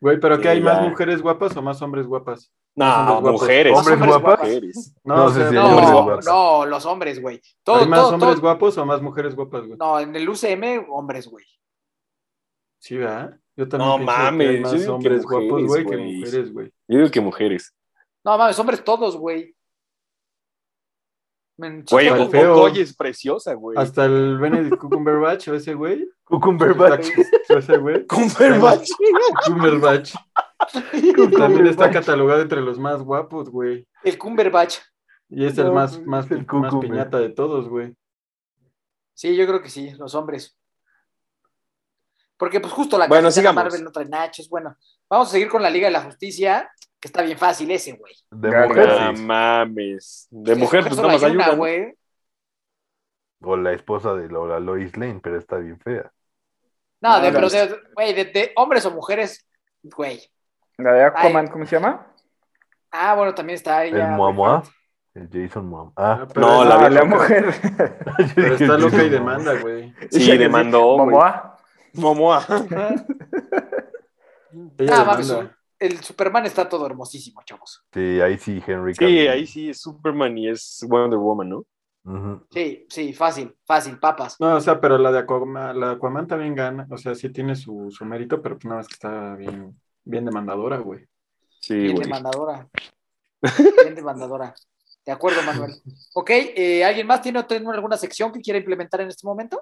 Speaker 3: Güey, pero ¿qué
Speaker 5: Sí,
Speaker 3: hay más
Speaker 5: ya.
Speaker 3: mujeres guapas o más hombres guapas?
Speaker 5: no,
Speaker 3: Hombres
Speaker 5: mujeres.
Speaker 4: guapos. ¿Hombres
Speaker 5: Hombres
Speaker 4: guapos?
Speaker 5: mujeres.
Speaker 3: No,
Speaker 4: No
Speaker 3: o
Speaker 4: sé
Speaker 3: sea,
Speaker 4: si hay hombres
Speaker 2: No,
Speaker 4: guapos.
Speaker 2: no, los hombres, güey. Todo,
Speaker 3: ¿Hay más
Speaker 2: todo,
Speaker 3: hombres
Speaker 2: todo.
Speaker 3: guapos o más mujeres guapas, güey?
Speaker 2: No, en el UCM, hombres, güey.
Speaker 3: Sí, ¿verdad? Yo
Speaker 5: No
Speaker 3: también pienso que
Speaker 5: mames,
Speaker 3: hay
Speaker 5: yo
Speaker 3: más
Speaker 5: digo que
Speaker 3: hombres guapos,
Speaker 5: mujeres,
Speaker 3: güey, que
Speaker 5: güey.
Speaker 3: mujeres, güey.
Speaker 5: Yo digo que mujeres.
Speaker 2: No, mames, hombres todos, güey. Men-
Speaker 5: Güey,
Speaker 3: Hasta el
Speaker 5: Oco-
Speaker 3: feo.
Speaker 5: Ocoye es preciosa, güey.
Speaker 3: Hasta el Benedict Cumberbatch o ese güey.
Speaker 4: Cucumberbatch.
Speaker 3: Está- o ese güey.
Speaker 5: Cumberbatch.
Speaker 3: Cumberbatch. También está catalogado entre los más guapos, güey.
Speaker 2: El Cumberbatch.
Speaker 3: Y es
Speaker 4: No,
Speaker 3: el más,
Speaker 4: pues,
Speaker 3: más,
Speaker 4: el
Speaker 3: más
Speaker 4: cucumber.
Speaker 3: piñata de todos, güey.
Speaker 2: Sí, yo creo que sí, los hombres. Porque pues justo la
Speaker 5: Bueno,
Speaker 2: Capitana
Speaker 5: sigamos.
Speaker 2: Marvel no trae nachos. Bueno, vamos a seguir con la Liga de la Justicia, que está bien fácil ese, güey.
Speaker 4: De
Speaker 6: Gal
Speaker 4: mujer,
Speaker 5: No
Speaker 4: sí.
Speaker 5: mames. De mujer, pues
Speaker 2: solo
Speaker 5: nada más
Speaker 2: hay
Speaker 5: hay
Speaker 2: una,
Speaker 5: una. ¿no?
Speaker 2: güey.
Speaker 4: O la esposa de Lola Lois Lane, pero está bien fea.
Speaker 2: No,
Speaker 6: Ah,
Speaker 2: de,
Speaker 6: la
Speaker 2: pero de, güey, de, de hombres o mujeres, güey.
Speaker 6: La de Aquaman,
Speaker 2: Ay.
Speaker 6: ¿cómo se llama?
Speaker 2: Ah, bueno, también está
Speaker 4: El
Speaker 2: ella.
Speaker 4: Muamua. El Jason Muamua. Ah,
Speaker 3: pero
Speaker 5: No,
Speaker 3: es-
Speaker 5: la
Speaker 6: Ah,
Speaker 5: vieja.
Speaker 6: mujer.
Speaker 3: Ah, Pero está loca y demanda, güey.
Speaker 5: Sí, demandó. güey.
Speaker 6: Momoa.
Speaker 5: Momoa.
Speaker 3: Ella
Speaker 2: Ah, mames,
Speaker 3: demanda.
Speaker 2: el Superman está todo hermosísimo, chavos.
Speaker 4: Sí, ahí sí, Henry
Speaker 5: Sí,
Speaker 4: Cavill.
Speaker 5: ahí sí es Superman y es Wonder Woman, ¿no?
Speaker 4: Ujú.
Speaker 2: Sí, sí, fácil, fácil, papas.
Speaker 3: No, o sea, pero la de Aquaman, la de Aquaman también gana. O sea, sí tiene su, su mérito, pero pues nada más que está bien, bien demandadora, güey.
Speaker 5: Sí,
Speaker 2: Bien
Speaker 5: güey.
Speaker 2: demandadora. Bien demandadora. De acuerdo, Manuel. Ok, eh, ¿alguien más tiene, tiene alguna sección que quiera implementar en este momento?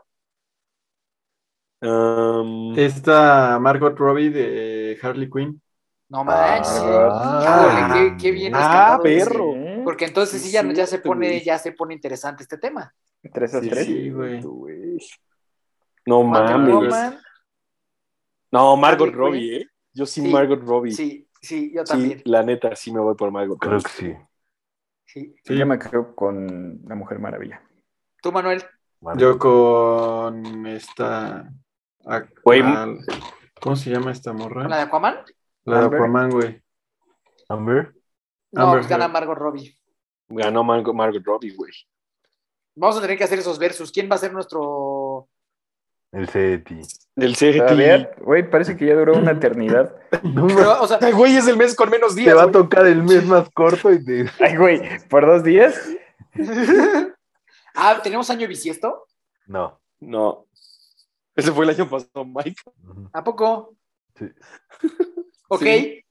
Speaker 5: Um,
Speaker 3: Esta Margot Robbie de Harley Quinn.
Speaker 2: No manches. Híjole, qué, qué bien
Speaker 5: ah,
Speaker 2: rescatado ese.
Speaker 5: perro.
Speaker 2: Porque entonces sí, ya,
Speaker 5: Sí,
Speaker 2: ya se
Speaker 5: cierto,
Speaker 2: pone,
Speaker 5: güey.
Speaker 2: ya se pone interesante este tema.
Speaker 6: Tres a
Speaker 3: Sí,
Speaker 6: tres.
Speaker 3: sí, güey.
Speaker 5: Güey. No
Speaker 2: Wonder
Speaker 5: mames.
Speaker 2: Woman.
Speaker 5: No, Margot
Speaker 2: Harley
Speaker 5: Robbie, ¿eh? Yo sí,
Speaker 2: Sí,
Speaker 5: Margot Robbie. Sí,
Speaker 2: Sí, sí, yo también.
Speaker 5: la neta, sí me voy por Margot
Speaker 4: Creo
Speaker 5: Robbie.
Speaker 4: que sí.
Speaker 2: Sí.
Speaker 3: Sí.
Speaker 6: Yo me quedo con La Mujer Maravilla.
Speaker 2: Tú, Manuel.
Speaker 4: Maravilla.
Speaker 3: Yo con esta. a-
Speaker 5: Güey.
Speaker 3: al- ¿Cómo se llama esta morra?
Speaker 2: ¿Con la de Aquaman?
Speaker 3: La de
Speaker 6: Amber.
Speaker 3: Aquaman, güey.
Speaker 4: Amber.
Speaker 2: No,
Speaker 3: Amber
Speaker 2: pues gana
Speaker 3: Heard.
Speaker 2: Margot Robbie.
Speaker 5: Ganó Margot, Margot Robbie, güey.
Speaker 2: Vamos a tener que hacer esos versus. ¿Quién va a ser nuestro
Speaker 4: El E CETI.
Speaker 5: Del CGT.
Speaker 6: Todavía, güey, parece que ya duró una eternidad.
Speaker 2: Pero, o sea,
Speaker 5: Ay, Güey, es el mes con menos
Speaker 4: Te
Speaker 5: días.
Speaker 4: va a
Speaker 5: güey.
Speaker 4: tocar el mes más corto y te.
Speaker 6: Ay, güey, por dos días.
Speaker 2: ah, ¿tenemos año bisiesto?
Speaker 4: No.
Speaker 5: No. Ese fue el año pasado, Mike.
Speaker 4: Ujú.
Speaker 2: ¿A poco?
Speaker 4: Sí.
Speaker 2: Ok.
Speaker 5: Sí.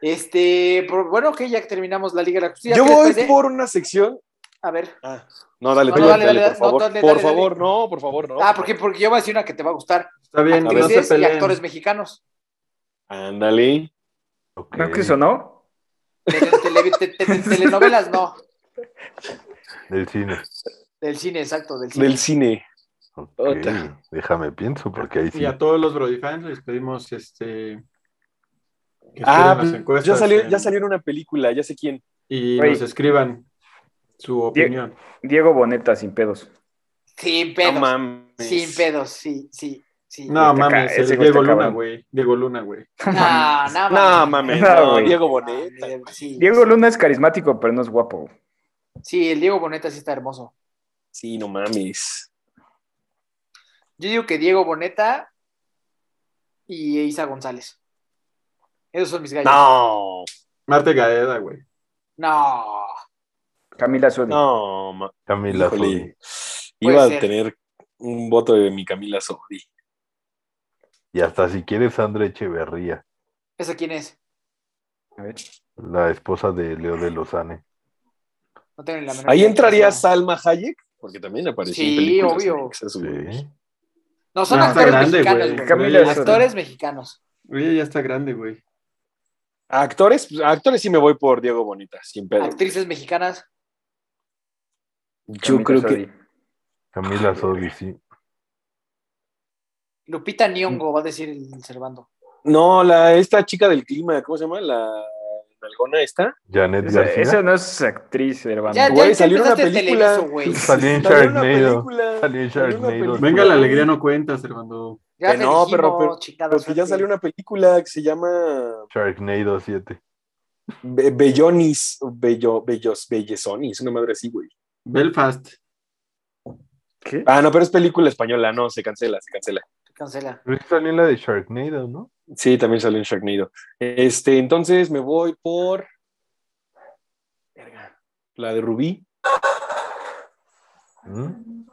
Speaker 2: Este, por- bueno, ok, ya que terminamos la Liga de la Justicia.
Speaker 5: Yo
Speaker 2: ¿qué les
Speaker 5: voy
Speaker 2: parece?
Speaker 5: por una sección.
Speaker 2: A ver.
Speaker 5: Ah, no, dale,
Speaker 2: No,
Speaker 5: tú,
Speaker 2: no,
Speaker 5: dale,
Speaker 2: dale, dale,
Speaker 5: por
Speaker 2: no,
Speaker 5: favor.
Speaker 2: dale,
Speaker 5: por
Speaker 2: dale,
Speaker 5: favor, no, por favor, no.
Speaker 2: Ah, ¿por qué? Porque yo voy a decir una que te va a gustar.
Speaker 3: Está bien, que no se
Speaker 2: Actrices Ah, pues y
Speaker 3: peleen.
Speaker 2: actores mexicanos.
Speaker 5: Ándale.
Speaker 4: Ok.
Speaker 6: Creo que sonó.
Speaker 2: Tele- tele- te- te- te- telenovelas no.
Speaker 4: Del cine.
Speaker 2: Del cine, exacto, del cine.
Speaker 5: Del cine.
Speaker 4: Ok,
Speaker 5: Otra.
Speaker 4: Déjame pienso, porque ahí sí.
Speaker 3: Y a todos los Brody fans les pedimos este. que
Speaker 5: Ah,
Speaker 3: escriban
Speaker 5: pues,
Speaker 3: las encuestas
Speaker 5: ya salió,
Speaker 3: en-
Speaker 5: ya salió en una película, ya sé quién.
Speaker 3: Y
Speaker 6: Güey.
Speaker 3: nos escriban su
Speaker 6: Die-
Speaker 3: opinión.
Speaker 6: Diego Boneta sin pedos.
Speaker 2: Sin
Speaker 5: No
Speaker 2: pedos.
Speaker 5: mames.
Speaker 2: sin pedos, sí, sí, sí.
Speaker 3: No
Speaker 6: Este ca-
Speaker 3: mames,
Speaker 6: ese
Speaker 3: el
Speaker 6: güey está
Speaker 3: Diego Luna,
Speaker 6: cabrón.
Speaker 3: güey. Diego Luna, güey.
Speaker 2: No, no,
Speaker 5: No mames,
Speaker 6: No,
Speaker 5: no,
Speaker 6: güey.
Speaker 5: Diego Boneta.
Speaker 2: Sí,
Speaker 6: Diego Luna es carismático, pero no es guapo.
Speaker 2: sí, el Diego Boneta sí está hermoso.
Speaker 5: Sí, no mames.
Speaker 2: Yo digo que Diego Boneta y Isa González. Esos son mis gallos.
Speaker 5: No,
Speaker 3: Marte Gaeda, güey.
Speaker 2: No.
Speaker 6: Camila Sodi.
Speaker 5: no, ma-
Speaker 4: Camila
Speaker 5: Híjole.
Speaker 4: Sodi.
Speaker 2: Puede
Speaker 5: Iba a
Speaker 2: ser.
Speaker 5: tener un voto de mi Camila Sodi.
Speaker 4: Y hasta si quieres, André Echeverría,
Speaker 2: ¿Esa quién es?
Speaker 6: A ver.
Speaker 4: la esposa de Leo de Lozane.
Speaker 2: No tengo ni la menor
Speaker 5: Ahí
Speaker 2: idea.
Speaker 5: entraría Salma Hayek, porque también apareció
Speaker 2: Sí,
Speaker 5: en películas.
Speaker 2: obvio.
Speaker 5: ¿no? Esa es su-
Speaker 4: Sí.
Speaker 2: No, son
Speaker 3: No, está
Speaker 2: actores
Speaker 3: grande,
Speaker 2: mexicanos,
Speaker 3: güey.
Speaker 2: güey.
Speaker 6: Camila
Speaker 3: Güey, ya-
Speaker 2: Actores mexicanos.
Speaker 3: Güey, ya está grande, güey.
Speaker 5: Actores, pues, actores sí me voy por Diego Bonita, sin pedo.
Speaker 2: Actrices mexicanas.
Speaker 5: Yo
Speaker 6: Camila
Speaker 5: creo que
Speaker 6: Sodi.
Speaker 4: Camila Sodi, sí.
Speaker 2: Lupita Nyong'o va a decir el Cervando.
Speaker 5: no, la esta chica del clima, ¿cómo se llama? La nalgona esta.
Speaker 4: Janet
Speaker 6: Esa,
Speaker 4: García.
Speaker 6: esa no es actriz, hermano.
Speaker 2: Ya,
Speaker 5: Güey,
Speaker 2: ya, ya
Speaker 5: salió una
Speaker 2: empezaste el
Speaker 5: película.
Speaker 2: televiso, güey.
Speaker 4: Salió en
Speaker 5: Salió una
Speaker 4: Sharknado.
Speaker 5: película,
Speaker 4: Salió en
Speaker 5: salió una
Speaker 4: Sharknado.
Speaker 5: película.
Speaker 3: Venga, la alegría no cuenta, Servando.
Speaker 2: Ya
Speaker 5: Que no, pero- pero-
Speaker 2: chingada
Speaker 5: Porque ya
Speaker 2: suerte.
Speaker 5: salió una película que se llama
Speaker 4: Sharknado 7.
Speaker 5: Be- Bellonis, Bello, Bellos, Bellezonis, una madre así, güey.
Speaker 3: Belfast.
Speaker 6: ¿Qué?
Speaker 5: Ah, no, pero es película española, no, se cancela, se cancela.
Speaker 2: Cancela.
Speaker 4: Pero sí salió en la de Sharknado, ¿no?
Speaker 5: Sí, también salió en Sharknado. Este, entonces me voy por. Verga, La de Rubí.
Speaker 4: ¿Mm?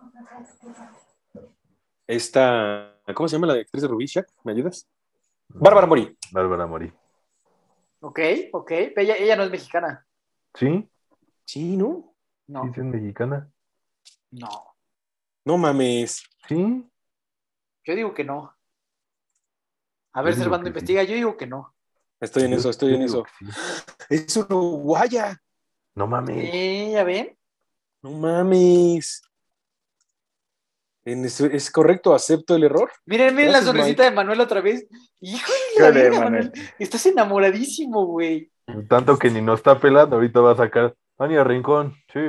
Speaker 5: Esta. ¿Cómo se llama la actriz de Rubí, Shaq? ¿Me ayudas? Bárbara Mori.
Speaker 4: Bárbara Mori.
Speaker 2: Ok, ok. Pero Ella, ella no es mexicana.
Speaker 4: ¿Sí?
Speaker 5: Sí, ¿no?
Speaker 2: No,
Speaker 4: ¿Sí es mexicana?
Speaker 2: no.
Speaker 5: No mames.
Speaker 4: ¿Sí?
Speaker 2: Yo digo que no. A ver,
Speaker 4: Yo digo
Speaker 2: Cervando
Speaker 4: que sí.
Speaker 2: investiga. Yo digo que no.
Speaker 5: Estoy en
Speaker 4: Yo
Speaker 5: eso, estoy en
Speaker 4: digo
Speaker 5: eso.
Speaker 4: que sí.
Speaker 5: Es uruguaya.
Speaker 4: No mames.
Speaker 2: Eh, ¿Ya ven?
Speaker 5: No mames. En eso- ¿Es correcto? ¿Acepto el error?
Speaker 2: Miren, miren la
Speaker 5: Gracias,
Speaker 2: sonrisita de Manuel otra vez. Híjole, la
Speaker 6: Híjole,
Speaker 2: verga,
Speaker 6: Manuel.
Speaker 2: Manuel. Estás enamoradísimo, güey.
Speaker 4: Tanto que ni nos está pelando, ahorita va a sacar Ania Rincón. Sí.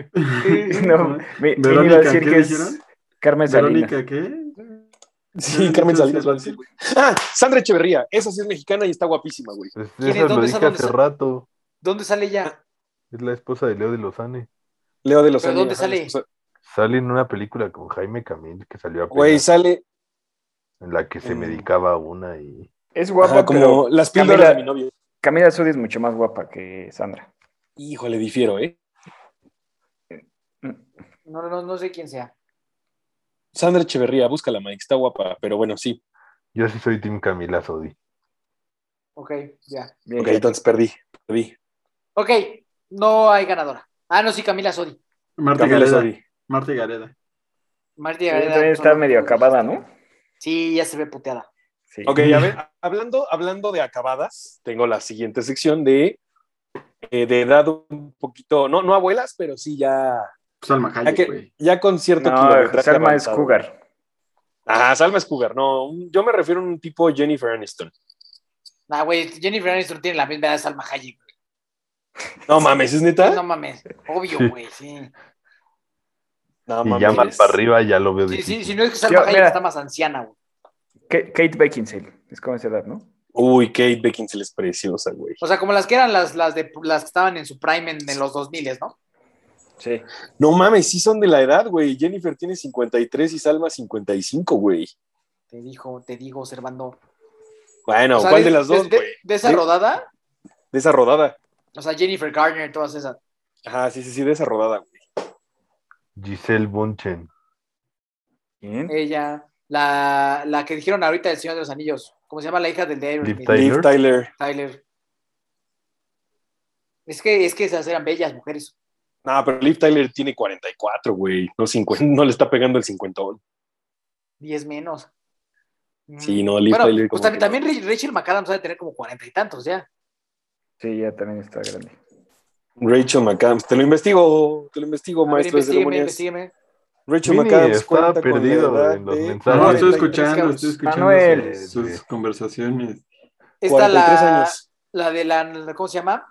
Speaker 6: No, mi, mi iba
Speaker 3: Verónica,
Speaker 6: a decir
Speaker 3: ¿qué
Speaker 6: que es
Speaker 3: dijeron?
Speaker 6: Carmen Salinas.
Speaker 3: Verónica, ¿qué?
Speaker 5: Sí,
Speaker 3: No,
Speaker 5: Carmen
Speaker 3: no,
Speaker 5: Salinas
Speaker 3: sí,
Speaker 5: va a
Speaker 3: sí.
Speaker 5: decir, güey. Ah, Sandra Echeverría. Esa sí es mexicana y está guapísima, güey.
Speaker 4: Pues,
Speaker 2: ¿Quién es?
Speaker 4: eso lo
Speaker 2: ¿Dónde
Speaker 4: dije
Speaker 2: está? ¿Dónde
Speaker 4: hace
Speaker 2: está?
Speaker 4: rato.
Speaker 2: ¿Dónde sale ya?
Speaker 4: Es la esposa de Leo de Lozane.
Speaker 5: Leo de los
Speaker 2: ¿Pero dónde
Speaker 5: Ángeles,
Speaker 2: sale?
Speaker 5: o sea,
Speaker 4: Sale en una película con Jaime Camil que salió apenas,
Speaker 5: Güey, sale
Speaker 4: en la que se
Speaker 5: Mm.
Speaker 4: medicaba a una y
Speaker 6: Es guapa,
Speaker 5: ajá, como
Speaker 6: pero
Speaker 5: las píldoras
Speaker 6: Camila-
Speaker 5: de mi novio.
Speaker 6: Camila Sodi es mucho más guapa que Sandra.
Speaker 5: Híjole, difiero, ¿eh?
Speaker 6: Mm,
Speaker 2: No, no, no sé quién sea.
Speaker 5: Sandra Echeverría, búscala, Mike, está guapa, pero bueno, sí.
Speaker 4: Yo sí soy Team Camila Sodi.
Speaker 2: Ok, ya.
Speaker 6: Bien,
Speaker 5: Ok, entonces perdí, perdí.
Speaker 2: Ok, no hay ganadora. Ah, no, sí, Camila Sodi.
Speaker 3: Marta
Speaker 5: Camila
Speaker 3: Gareda.
Speaker 5: Sodi.
Speaker 3: Marta Gareda.
Speaker 2: Marta
Speaker 6: Sí,
Speaker 2: Gareda,
Speaker 6: también está
Speaker 2: solo-
Speaker 6: medio acabada, ¿no?
Speaker 2: Sí, ya se ve puteada.
Speaker 6: Sí.
Speaker 5: Ok, a ver, hablando, hablando de acabadas, tengo la siguiente sección de, eh, de edad un poquito, no, no abuelas, pero sí ya,
Speaker 3: Salma
Speaker 5: ya,
Speaker 3: Pues Hayek, güey.
Speaker 5: que, ya con cierto
Speaker 6: No,
Speaker 5: kilometraje
Speaker 6: Salma es
Speaker 5: avanzado.
Speaker 6: cougar.
Speaker 5: Ah, Salma es cougar, no, un- yo me refiero a un tipo Jennifer Aniston.
Speaker 2: Nah, güey, Jennifer Aniston tiene la misma edad de Salma Hayek. güey.
Speaker 5: No mames, ¿es neta?
Speaker 2: No mames, obvio, güey, sí.
Speaker 5: No
Speaker 4: Y ya más para arriba ya lo veo
Speaker 2: Sí,
Speaker 4: difícil.
Speaker 2: sí, si no es que Salma
Speaker 6: Yo,
Speaker 2: Hayek
Speaker 6: mira.
Speaker 2: está más anciana, güey.
Speaker 6: Ka- Kate Beckinsale, es como esa edad, ¿no?
Speaker 5: Uy, Kate Beckinsale es preciosa, güey.
Speaker 2: O sea, como las que eran las, las, de, las que estaban en su prime en, en los 2000, ¿no?
Speaker 6: Sí.
Speaker 5: No mames, sí son de la edad, güey. Jennifer tiene 53 y Salma 55, güey.
Speaker 2: Te dijo, te digo, observando.
Speaker 5: Bueno,
Speaker 2: O sea,
Speaker 5: ¿cuál de, las dos,
Speaker 2: de-
Speaker 5: güey?
Speaker 2: de esa
Speaker 5: Sí.
Speaker 2: rodada,
Speaker 5: De esa rodada.
Speaker 2: o sea, Jennifer Garner, todas esas.
Speaker 5: Ajá, sí, sí, sí, de esa rodada, güey.
Speaker 4: Giselle Bunchen.
Speaker 6: Bien.
Speaker 2: Ella, la, la que dijeron ahorita del Señor de los Anillos, ¿cómo se llama la hija del de Iron
Speaker 4: Liv
Speaker 2: Smith?
Speaker 4: Tyler.
Speaker 5: Liv Tyler.
Speaker 2: Tyler. Es que, es que esas eran bellas mujeres.
Speaker 5: No, pero Liv Tyler tiene 44, güey. No, 50, no le está pegando el 50.
Speaker 2: 10 menos. Mm.
Speaker 5: Sí, no, Liv
Speaker 2: bueno,
Speaker 5: Tyler.
Speaker 2: pues
Speaker 5: como
Speaker 2: también,
Speaker 5: que-
Speaker 2: también Rich- Rachel McAdams ha de tener como cuarenta y tantos ya.
Speaker 6: Sí, ya también está grande.
Speaker 5: Rachel McAdams. Te lo investigo, te lo investigo,
Speaker 2: A ver,
Speaker 5: maestro de
Speaker 2: investígueme,
Speaker 5: ceremonias.
Speaker 2: investígueme.
Speaker 5: Rachel
Speaker 4: Mini
Speaker 5: McAdams.
Speaker 4: está
Speaker 5: cuenta con la
Speaker 4: perdido
Speaker 5: edad
Speaker 4: en los
Speaker 5: de-
Speaker 4: mensajes.
Speaker 3: No, estoy
Speaker 5: 43
Speaker 3: escuchando,
Speaker 2: cabros.
Speaker 3: estoy escuchando
Speaker 6: Manuel.
Speaker 3: sus, sus
Speaker 4: Sí.
Speaker 3: conversaciones.
Speaker 2: Está
Speaker 5: 43
Speaker 2: la,
Speaker 5: años.
Speaker 2: la de la, ¿cómo se llama?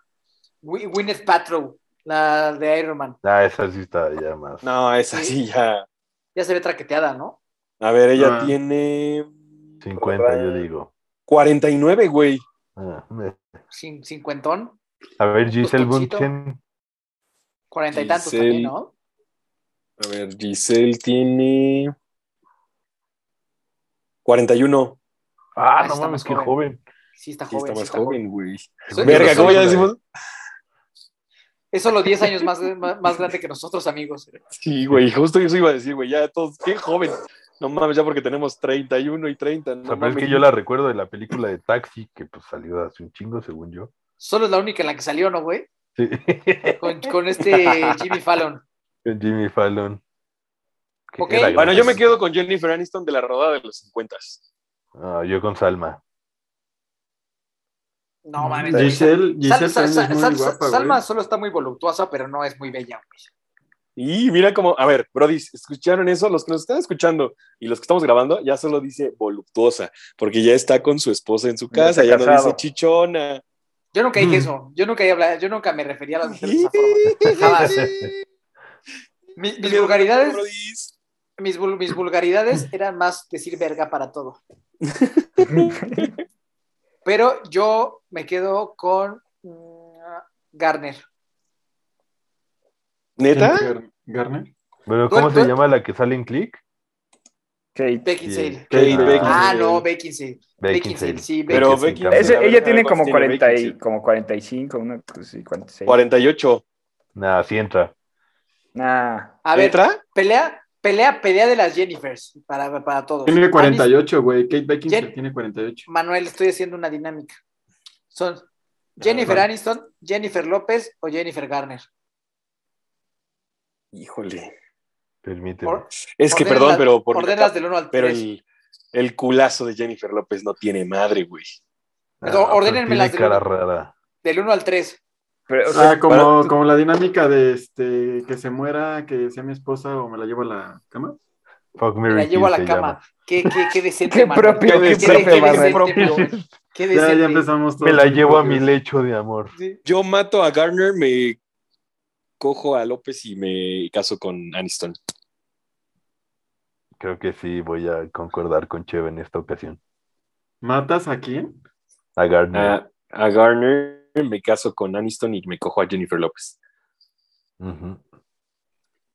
Speaker 2: Wi- Gwyneth Paltrow, la de Iron Man.
Speaker 4: Ah, esa sí está ya más.
Speaker 5: No, es así ya.
Speaker 2: Ya se ve traqueteada, ¿no?
Speaker 5: A ver, ella
Speaker 3: Ah.
Speaker 5: tiene.
Speaker 4: 50, yo digo.
Speaker 5: 49, güey.
Speaker 4: Ah, me-
Speaker 2: Cin- cincuentón,
Speaker 4: a ver, Giselle
Speaker 2: Tostoncito.
Speaker 4: Bunchen.
Speaker 2: cuarenta y tantos
Speaker 5: Giselle.
Speaker 2: también, ¿no?
Speaker 5: A ver, Giselle tiene. 41.
Speaker 2: Ah,
Speaker 4: Ah, no
Speaker 2: está más
Speaker 4: mames, qué
Speaker 2: joven.
Speaker 4: joven.
Speaker 2: Sí, está
Speaker 5: Sí,
Speaker 2: joven.
Speaker 5: está
Speaker 2: sí
Speaker 5: más
Speaker 2: está
Speaker 5: joven, güey.
Speaker 2: Soy-
Speaker 5: Verga,
Speaker 2: soy-
Speaker 5: ¿cómo ya
Speaker 4: una-
Speaker 5: decimos?
Speaker 2: Es solo 10 años más, más, más grande que nosotros, amigos.
Speaker 5: Sí, güey, justo eso iba a decir, güey. Ya todos, qué joven. No mames, ya porque tenemos 31 y 30.
Speaker 4: O
Speaker 5: No
Speaker 4: sea, pero es
Speaker 5: mames.
Speaker 4: que yo la recuerdo de la película de Taxi, que pues salió hace un chingo, según yo.
Speaker 2: Solo es la única en la que salió, ¿no, güey?
Speaker 4: Sí.
Speaker 2: Con, con este Jimmy Fallon.
Speaker 4: Con Jimmy Fallon. Que
Speaker 2: Ok.
Speaker 4: era
Speaker 5: Bueno, yo me
Speaker 4: gracioso.
Speaker 5: quedo con Jennifer Aniston de la rodada de los 50.
Speaker 4: Ah, yo con Salma.
Speaker 2: No mames. güey.
Speaker 3: Giselle,
Speaker 2: Sal-
Speaker 3: Giselle
Speaker 2: sal-
Speaker 3: también es
Speaker 2: sal-
Speaker 3: muy
Speaker 2: sal-
Speaker 3: guapa,
Speaker 2: Salma
Speaker 3: güey.
Speaker 2: solo está muy voluptuosa, pero no es muy bella, güey.
Speaker 5: Y mira cómo, a ver, Brody, ¿escucharon eso? Los que nos están escuchando y los que estamos grabando, ya solo dice voluptuosa, porque ya está con su esposa en su
Speaker 6: Ya
Speaker 5: casa,
Speaker 6: está
Speaker 5: ya no
Speaker 6: casado.
Speaker 5: dice chichona.
Speaker 2: Yo nunca dije
Speaker 3: Mm.
Speaker 2: eso. Yo nunca, habla- yo nunca me refería a las mujeres de esa forma. Jamás. Mi- mis, vulgaridades,
Speaker 5: Brodis.
Speaker 2: mis, vul- mis vulgaridades eran más decir verga para todo. Pero yo me quedo con mm, Garner.
Speaker 5: ¿Neta?
Speaker 3: Gar- Garner.
Speaker 2: Bueno,
Speaker 4: Bueno, ¿cómo se
Speaker 2: bueno.
Speaker 4: llama la que sale en Click?
Speaker 6: Kate.
Speaker 2: Beckinsale.
Speaker 5: Kate
Speaker 4: Ah.
Speaker 5: Beckinsale.
Speaker 2: Ah, no, Beckinsale. Beckinsale,
Speaker 4: Beckinsale.
Speaker 2: sí,
Speaker 5: Pero
Speaker 4: Beckinsale
Speaker 5: Beckinsale-
Speaker 4: cambia.
Speaker 6: Ese- ella tiene
Speaker 5: ¿Cuántos
Speaker 6: como,
Speaker 5: tiene
Speaker 6: 40 y,
Speaker 5: Beckinsale?
Speaker 6: como 45, una cosa así, 46.
Speaker 5: 48.
Speaker 4: Nah, sí entra.
Speaker 6: Nah.
Speaker 2: A ver,
Speaker 5: ¿Entra?
Speaker 2: pelea, pelea, pelea de las Jennifers para, para todos.
Speaker 3: Tiene
Speaker 2: Anis-
Speaker 3: 48, güey. Kate Beckinsale
Speaker 2: Ah, Jen-
Speaker 3: tiene 48.
Speaker 2: Manuel, estoy haciendo una dinámica. Son Jennifer
Speaker 3: Ah,
Speaker 2: Aniston, Jennifer López o Jennifer Garner.
Speaker 5: Híjole.
Speaker 4: Permíteme.
Speaker 2: Por-
Speaker 5: Es que,
Speaker 2: ordénalas-
Speaker 5: perdón, pero por
Speaker 2: ordénalas del 1 al
Speaker 5: pero
Speaker 2: 3.
Speaker 5: el, el culazo de Jennifer López no tiene madre, güey.
Speaker 2: Pero
Speaker 4: pero
Speaker 2: ordénenme las de
Speaker 4: tiene cara
Speaker 2: nuevo.
Speaker 4: rara.
Speaker 2: Del 1 al 3.
Speaker 6: Pero, o sea,
Speaker 3: Ah, como,
Speaker 5: para-
Speaker 3: como la dinámica de este que se muera, que sea mi esposa o me la llevo a la cama.
Speaker 4: Fuck
Speaker 2: Me
Speaker 4: Mary
Speaker 2: la llevo a la
Speaker 4: se
Speaker 2: cama.
Speaker 4: llama.
Speaker 2: Qué, qué, qué decente,
Speaker 6: Qué
Speaker 2: Manuel.
Speaker 6: propio,
Speaker 5: qué
Speaker 2: qué,
Speaker 5: propio,
Speaker 2: qué
Speaker 5: Manuel.
Speaker 2: decente, Manuel. Qué
Speaker 3: Ya, ya
Speaker 2: decente.
Speaker 3: empezamos
Speaker 4: Me
Speaker 3: todos
Speaker 4: la
Speaker 3: muy
Speaker 4: llevo a mi
Speaker 3: propios.
Speaker 4: lecho de amor.
Speaker 2: Sí.
Speaker 5: Yo mato a Garner, me cojo a López y me caso con Aniston.
Speaker 4: Creo que sí, voy a concordar con Cheve en esta ocasión.
Speaker 3: ¿Matas a quién?
Speaker 4: A Gardner.
Speaker 5: A, a Garner me caso con Aniston y me cojo a Jennifer López.
Speaker 4: Ujú.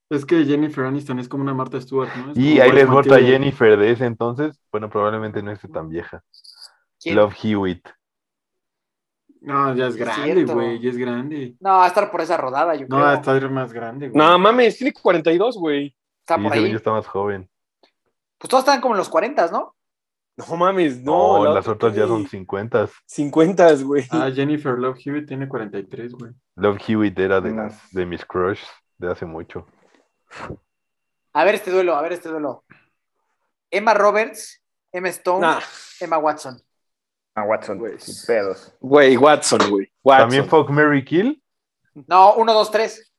Speaker 3: Es que Jennifer Aniston es como una Marta Stewart, ¿no?
Speaker 5: pues,
Speaker 3: Es
Speaker 4: Y
Speaker 3: como
Speaker 4: ahí les
Speaker 3: Mark
Speaker 4: vota
Speaker 3: Matilda.
Speaker 4: Jennifer de ese entonces. Bueno, probablemente no esté tan vieja.
Speaker 2: ¿Quién?
Speaker 4: Love Hewitt.
Speaker 3: No, ya es
Speaker 2: Sí, es
Speaker 3: grande,
Speaker 2: cierto.
Speaker 3: güey, ya es grande.
Speaker 2: No, va a estar por esa rodada, yo
Speaker 3: No,
Speaker 2: creo.
Speaker 3: hasta era más grande, güey.
Speaker 5: No mames, tiene 42, güey.
Speaker 2: Está
Speaker 4: Sí,
Speaker 2: por
Speaker 4: según
Speaker 2: ahí.
Speaker 4: yo está más joven.
Speaker 2: Pues todos están como en los 40, ¿no?
Speaker 5: No mames,
Speaker 4: No,
Speaker 5: no. la
Speaker 4: Oh, las
Speaker 5: otra
Speaker 4: otras ya
Speaker 5: tiene
Speaker 4: son 50.
Speaker 5: 50, güey.
Speaker 3: Ah, Jennifer Love Hewitt tiene 43, güey.
Speaker 4: Love Hewitt era de,
Speaker 6: No.
Speaker 4: las, de mis crushes de hace mucho.
Speaker 2: A ver este duelo, a ver este duelo. Emma Roberts, Emma Stone,
Speaker 5: Nah,
Speaker 2: Emma Watson.
Speaker 6: A Ah, Watson,
Speaker 5: Güey.
Speaker 6: sin pedos.
Speaker 5: güey, Watson, güey. Watson.
Speaker 4: También Fuck Mary Kill.
Speaker 2: No, 1, 2, 3.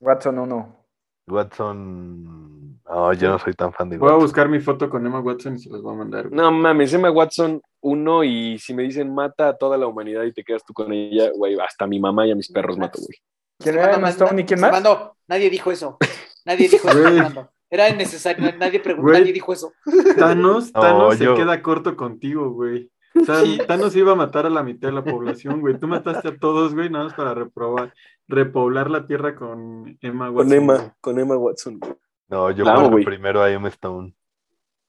Speaker 6: Watson 1.
Speaker 4: Watson. No, yo no soy tan fan de
Speaker 3: Voy a
Speaker 4: Watson.
Speaker 3: buscar mi foto con Emma Watson y se las voy a mandar. güey.
Speaker 5: No mames, Emma Watson, uno, y si me dicen mata a toda la humanidad y te quedas tú con ella, güey, hasta a mi mamá y a mis perros mato, güey.
Speaker 6: ¿Quién era Emma Stone y quién más?
Speaker 2: Fernando, nadie dijo eso. Nadie dijo eso,
Speaker 3: Güey.
Speaker 2: Fernando. Era innecesario, nadie preguntó,
Speaker 3: Güey.
Speaker 2: nadie dijo eso.
Speaker 3: Thanos,
Speaker 4: No,
Speaker 3: Thanos
Speaker 4: yo-
Speaker 3: se queda corto contigo, güey. O sea, Thanos iba a matar a la mitad de la población, güey. Tú mataste a todos, güey, nada más para reprobar, repoblar la tierra con Emma Watson.
Speaker 5: Con
Speaker 3: güey.
Speaker 5: Emma, con Emma Watson. güey.
Speaker 4: No, yo
Speaker 5: Claro,
Speaker 4: pongo
Speaker 5: güey.
Speaker 4: primero a Emma Stone.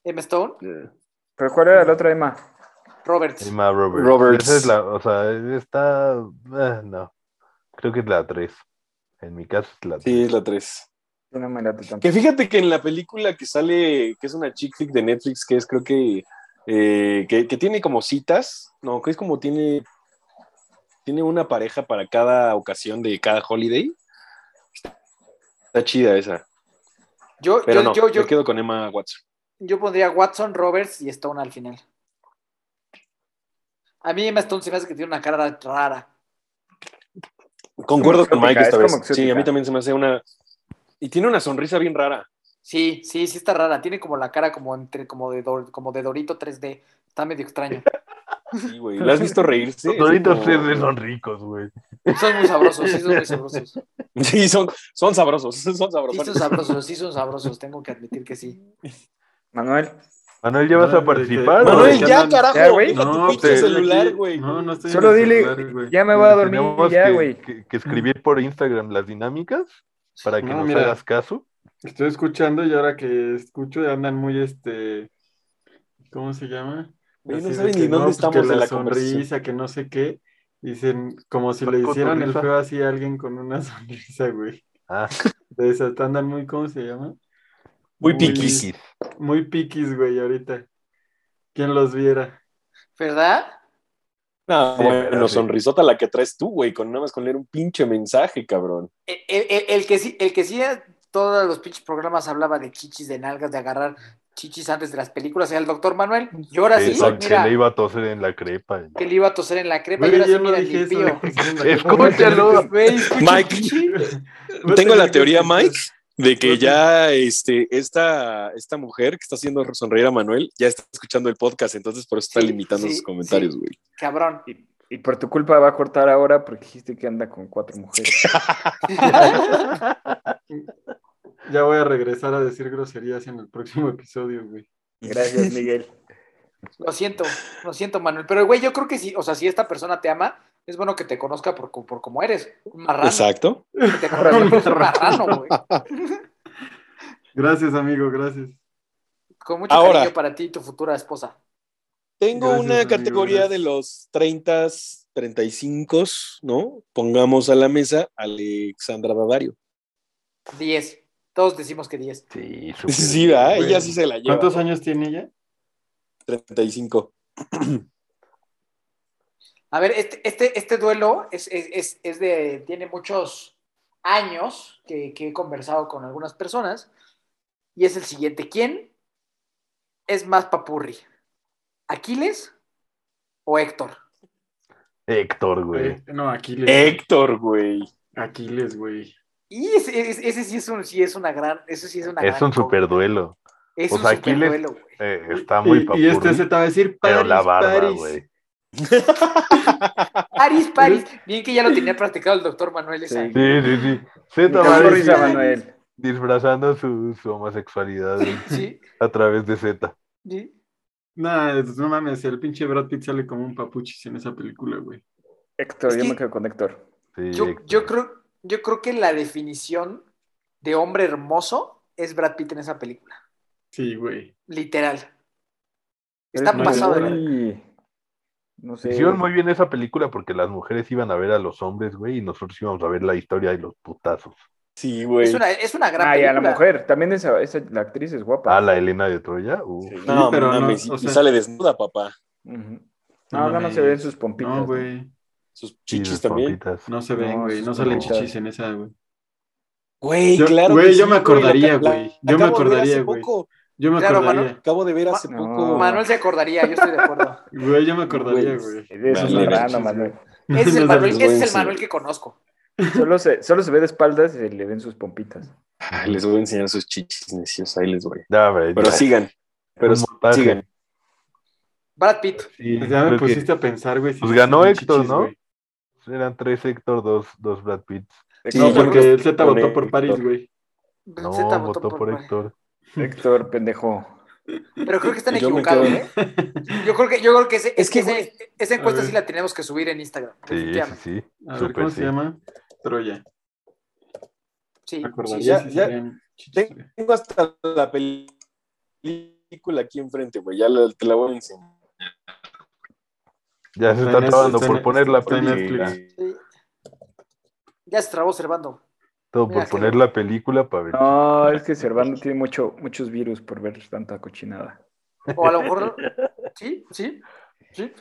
Speaker 2: Emma Stone,
Speaker 6: ¿Pero cuál era el otro Emma?
Speaker 2: Roberts.
Speaker 5: Em,
Speaker 4: Emma Roberts.
Speaker 5: Roberts.
Speaker 4: Esa es la, o sea, está. eh, no. Creo que es la 3. En mi caso es la 3.
Speaker 5: Sí, es la 3.
Speaker 6: Yo No me late tanto.
Speaker 5: Que fíjate que en la película que sale, que es una chick flick de Netflix, que es creo que, eh, que, que tiene como citas, no, que es como tiene, tiene una pareja para cada ocasión de cada holiday. Está chida esa,
Speaker 2: Yo,
Speaker 5: pero
Speaker 2: yo,
Speaker 5: no,
Speaker 2: yo,
Speaker 5: yo,
Speaker 2: yo,
Speaker 5: quedo con Emma Watson.
Speaker 2: yo pondría Watson, Roberts y Stone al final. A mí Emma Stone se me hace que tiene una cara rara.
Speaker 5: Concuerdo con
Speaker 6: exótica,
Speaker 5: Mike esta
Speaker 6: es
Speaker 5: vez.
Speaker 6: como exótica.
Speaker 5: Sí, a mí también se me hace una... Y tiene una sonrisa bien rara.
Speaker 2: Sí, sí, sí está rara. Tiene como la cara como entre como de, Dor- como de Dorito 3D. Está medio extraño.
Speaker 5: Sí, güey. ¿La has visto reírse?
Speaker 4: Los Doritos
Speaker 5: Así como-
Speaker 4: 3D son ricos, güey.
Speaker 2: Son muy sabrosos, sí son muy sabrosos.
Speaker 5: Sí, son, son sabrosos, son
Speaker 2: Sí son
Speaker 5: sabrosos.
Speaker 2: sabrosos, sí son sabrosos. Tengo que admitir que sí.
Speaker 6: Manuel.
Speaker 4: Manuel, ¿ya vas
Speaker 3: No,
Speaker 4: a
Speaker 3: de
Speaker 4: participar?
Speaker 3: que-
Speaker 5: Manuel,
Speaker 3: No,
Speaker 5: ya,
Speaker 3: no,
Speaker 5: carajo,
Speaker 6: ya, güey.
Speaker 5: deja
Speaker 3: No,
Speaker 5: tu pinche
Speaker 3: pero-
Speaker 5: celular, güey.
Speaker 3: No, no estoy en
Speaker 6: Solo
Speaker 3: el
Speaker 6: dile,
Speaker 3: celular, güey.
Speaker 6: Ya me voy a dormir
Speaker 4: Tenemos
Speaker 6: ya,
Speaker 4: que-
Speaker 6: güey.
Speaker 4: que, que escribir por Instagram las dinámicas para que
Speaker 3: No,
Speaker 4: nos
Speaker 3: mira.
Speaker 4: hagas caso.
Speaker 3: Estoy escuchando y ahora que escucho andan muy este. ¿Cómo se llama?
Speaker 5: Güey, no
Speaker 3: Así de
Speaker 5: saben
Speaker 3: que
Speaker 5: ni dónde
Speaker 3: pues, que
Speaker 5: estamos de
Speaker 3: la,
Speaker 5: la conversación.
Speaker 3: sonrisa, que no sé qué. Dicen, como si
Speaker 4: ¿Cuál
Speaker 3: le hicieran el
Speaker 4: cotorriza?
Speaker 3: feo así a alguien con una sonrisa, güey.
Speaker 4: Ah,
Speaker 3: De esas, andan muy, ¿cómo se llama? Muy-
Speaker 5: Muy piquis.
Speaker 4: piquis.
Speaker 3: Muy piquis, güey, ahorita. Quien los viera.
Speaker 2: ¿Verdad?
Speaker 5: No,
Speaker 4: Sí,
Speaker 5: bueno,
Speaker 4: pero sí.
Speaker 5: sonrisota la que traes tú, güey, con nada más con leer un pinche mensaje, cabrón.
Speaker 2: El, el- el- e, el que sí, el que sí a todos los pinches programas hablaba de chichis, de nalgas, de agarrar chichis antes de las películas, era el doctor Manuel. Y ahora sí,
Speaker 4: Exacto,
Speaker 2: mira,
Speaker 4: que le iba a toser en la crepa.
Speaker 2: a toser en la crepa.
Speaker 3: Güey,
Speaker 2: y ahora
Speaker 3: yo
Speaker 2: sí,
Speaker 3: no
Speaker 2: mira,
Speaker 3: dije eso.
Speaker 2: limpio.
Speaker 4: Escúchalo.
Speaker 2: Güey, escucha,
Speaker 5: Mike.
Speaker 2: sí.
Speaker 3: No
Speaker 5: Tengo la
Speaker 3: dije
Speaker 5: teoría,
Speaker 3: eso.
Speaker 5: Mike, de que
Speaker 3: Ok.
Speaker 5: ya este, esta, esta mujer que está haciendo sonreír a Manuel ya está escuchando el podcast, entonces por eso está
Speaker 2: Sí,
Speaker 5: limitando
Speaker 2: sí,
Speaker 5: sus comentarios,
Speaker 2: sí.
Speaker 5: güey.
Speaker 2: Cabrón.
Speaker 6: Y, y por tu culpa va a cortar ahora porque dijiste que anda con cuatro mujeres.
Speaker 3: Ya voy a regresar a decir groserías en el próximo episodio, güey.
Speaker 6: Gracias, Miguel.
Speaker 2: Lo siento, lo siento, Manuel. Pero, güey, yo creo que sí, o sea, si esta persona te ama, es bueno que te conozca por, co- por cómo eres. Un
Speaker 5: Ah,
Speaker 2: marrano.
Speaker 5: Exacto.
Speaker 2: Que te conozca por ser un marrano, güey.
Speaker 3: Gracias, amigo, gracias.
Speaker 2: Con mucho
Speaker 5: Ahora.
Speaker 2: cariño para ti y tu futura esposa.
Speaker 5: Tengo
Speaker 3: Gracias,
Speaker 5: una
Speaker 3: amigo,
Speaker 5: categoría
Speaker 3: gracias.
Speaker 5: de los 30, 35, ¿no? Pongamos a la mesa a Alexandra Bavario.
Speaker 2: 10. Todos decimos que 10.
Speaker 4: Sí, súper
Speaker 5: Sí,
Speaker 4: bien,
Speaker 5: ¿verdad?
Speaker 4: güey.
Speaker 5: Ella sí se la lleva.
Speaker 3: ¿Cuántos años tiene ella?
Speaker 5: 35.
Speaker 2: A ver, este, este, este duelo es, es- es- es de. tiene muchos años que, que he conversado con algunas personas. Y es el siguiente: ¿quién es más papurri? ¿Aquiles o Héctor?
Speaker 4: Héctor, güey.
Speaker 3: Eh, no, Aquiles.
Speaker 5: Héctor, güey.
Speaker 3: Aquiles, güey.
Speaker 2: Y ese, ese- ese sí es un, sí es una gran. Eso sí es una
Speaker 4: Es
Speaker 2: gran
Speaker 4: un super duelo.
Speaker 2: Es
Speaker 4: o
Speaker 2: un
Speaker 4: sea, Aquiles-
Speaker 2: superduelo, güey.
Speaker 4: Eh, está muy
Speaker 3: y, y este
Speaker 4: papurri,
Speaker 3: se te va a decir Paris,
Speaker 4: pero la barba,
Speaker 3: Paris.
Speaker 4: güey.
Speaker 2: Paris, Paris. Bien que ya lo tenía practicado el doctor Manuel esa.
Speaker 6: Sí.
Speaker 4: Sí, sí, sí.
Speaker 6: Mi
Speaker 4: Zeta
Speaker 6: cabrón,
Speaker 4: Paris
Speaker 6: Luisa Manuel.
Speaker 4: disfrazando su, su homosexualidad güey,
Speaker 2: Sí,
Speaker 4: a través de Z.
Speaker 2: sí.
Speaker 3: Nah, es- no mames, el pinche Brad Pitt sale como un papuchis en esa película, güey.
Speaker 6: Héctor,
Speaker 2: Es
Speaker 6: yo
Speaker 2: que-
Speaker 6: me quedo con Héctor.
Speaker 4: Sí,
Speaker 2: Yo,
Speaker 4: Héctor.
Speaker 2: yo creo, yo creo que la definición de hombre hermoso es Brad Pitt en esa película.
Speaker 3: Sí, güey.
Speaker 2: Literal.
Speaker 6: Eres
Speaker 2: Está
Speaker 6: muy-
Speaker 2: pasado de
Speaker 3: verga.
Speaker 6: muy- No sé.
Speaker 4: Hicieron muy bien esa película porque las mujeres iban a ver a los hombres, güey, y nosotros íbamos a ver la historia de los putazos.
Speaker 5: Sí, güey.
Speaker 2: Es, una, es una gran
Speaker 6: Ah, y a la
Speaker 2: película.
Speaker 6: mujer. También esa, esa- la actriz es guapa.
Speaker 4: Ah, la Elena de Troya. Uh,
Speaker 5: Sí, No,
Speaker 3: Sí, pero no,
Speaker 5: mames, y-
Speaker 3: o
Speaker 5: y
Speaker 3: sea-
Speaker 5: sale desnuda, papá.
Speaker 6: Ujú.
Speaker 3: No
Speaker 6: No, nada más
Speaker 3: mames.
Speaker 6: se ven sus pompitas.
Speaker 3: No, güey.
Speaker 5: Sus
Speaker 4: sí,
Speaker 5: chichis
Speaker 4: sus
Speaker 5: también.
Speaker 4: pompitas.
Speaker 3: No se ven,
Speaker 6: No,
Speaker 3: güey.
Speaker 6: sus
Speaker 3: No salen
Speaker 6: pompitas.
Speaker 3: chichis en esa, güey.
Speaker 5: Güey,
Speaker 3: Yo-
Speaker 5: claro.
Speaker 3: güey,
Speaker 5: que
Speaker 3: yo
Speaker 5: sí,
Speaker 3: me acordaría,
Speaker 5: la- la-
Speaker 3: güey. Yo me
Speaker 5: acabo de ver
Speaker 3: acordaría,
Speaker 5: hace
Speaker 3: güey.
Speaker 5: poco,
Speaker 3: Yo me
Speaker 2: Claro,
Speaker 3: acordaría.
Speaker 5: Acabo de ver hace
Speaker 6: No.
Speaker 5: poco.
Speaker 2: Manuel se acordaría, yo estoy de acuerdo.
Speaker 3: Güey, yo me acordaría,
Speaker 5: Güey.
Speaker 3: güey.
Speaker 6: Eres un
Speaker 5: Vale,
Speaker 6: marrano,
Speaker 3: sí, sí.
Speaker 6: Manuel.
Speaker 2: Ese es el
Speaker 3: No
Speaker 2: Manuel,
Speaker 3: salen-
Speaker 5: güey,
Speaker 2: ese es el
Speaker 5: sí.
Speaker 2: Manuel que conozco.
Speaker 6: Solo se, solo se ve de espaldas y se le ven sus pompitas.
Speaker 5: Ay, les voy a enseñar sus chichis, necios. Ahí les voy.
Speaker 4: Ya, güey,
Speaker 5: Pero
Speaker 4: ya.
Speaker 5: sigan. Pero
Speaker 4: Un montaje.
Speaker 5: sigan.
Speaker 2: Brad Pitt.
Speaker 3: Ya
Speaker 4: Sí,
Speaker 3: me
Speaker 4: creo que
Speaker 3: pusiste a pensar, güey. si
Speaker 4: Pues
Speaker 3: sí
Speaker 4: ganó
Speaker 3: salen
Speaker 4: Héctor,
Speaker 3: chichis,
Speaker 4: ¿no?
Speaker 3: güey.
Speaker 4: eran tres Héctor, dos, dos Brad Pitts.
Speaker 5: Sí,
Speaker 3: no,
Speaker 5: yo creo que
Speaker 3: porque el Z
Speaker 5: pone
Speaker 3: votó por París,
Speaker 5: Héctor.
Speaker 3: güey.
Speaker 4: No,
Speaker 2: Zeta
Speaker 4: votó por, Héctor.
Speaker 6: Héctor, pendejo.
Speaker 2: Pero creo que están
Speaker 5: Yo me
Speaker 2: equivocados,
Speaker 5: quedo-
Speaker 2: ¿eh? Yo creo que, yo creo que, ese-
Speaker 5: Es
Speaker 2: es que
Speaker 5: que, güey,
Speaker 2: ese- esa encuesta
Speaker 3: a ver.
Speaker 2: sí la tenemos que subir en Instagram.
Speaker 4: Sí, sí,
Speaker 2: definitivamente.
Speaker 4: sí.
Speaker 3: A ver,
Speaker 4: Súper,
Speaker 3: ¿cómo
Speaker 4: sí.
Speaker 3: se llama? Troya.
Speaker 2: Sí,
Speaker 3: Me
Speaker 2: sí,
Speaker 3: acordaría
Speaker 5: ya-
Speaker 3: si
Speaker 5: ya-
Speaker 3: salían chichis, güey.
Speaker 5: Tengo hasta la pel- película aquí enfrente, güey. Ya la- te la voy a enseñar.
Speaker 4: Ya se
Speaker 3: Está
Speaker 4: está
Speaker 3: en-
Speaker 4: trabando
Speaker 3: está
Speaker 4: por
Speaker 3: en-
Speaker 4: poner la
Speaker 3: está en
Speaker 4: película.
Speaker 3: Netflix.
Speaker 2: sí. Ya se trabó Servando.
Speaker 4: Todo
Speaker 2: Mira,
Speaker 4: por
Speaker 2: sí.
Speaker 4: poner la película para ver.
Speaker 6: No, es que Servando tiene mucho, muchos virus por ver tanta cochinada.
Speaker 2: O a lo mejor. Sí, sí. sí.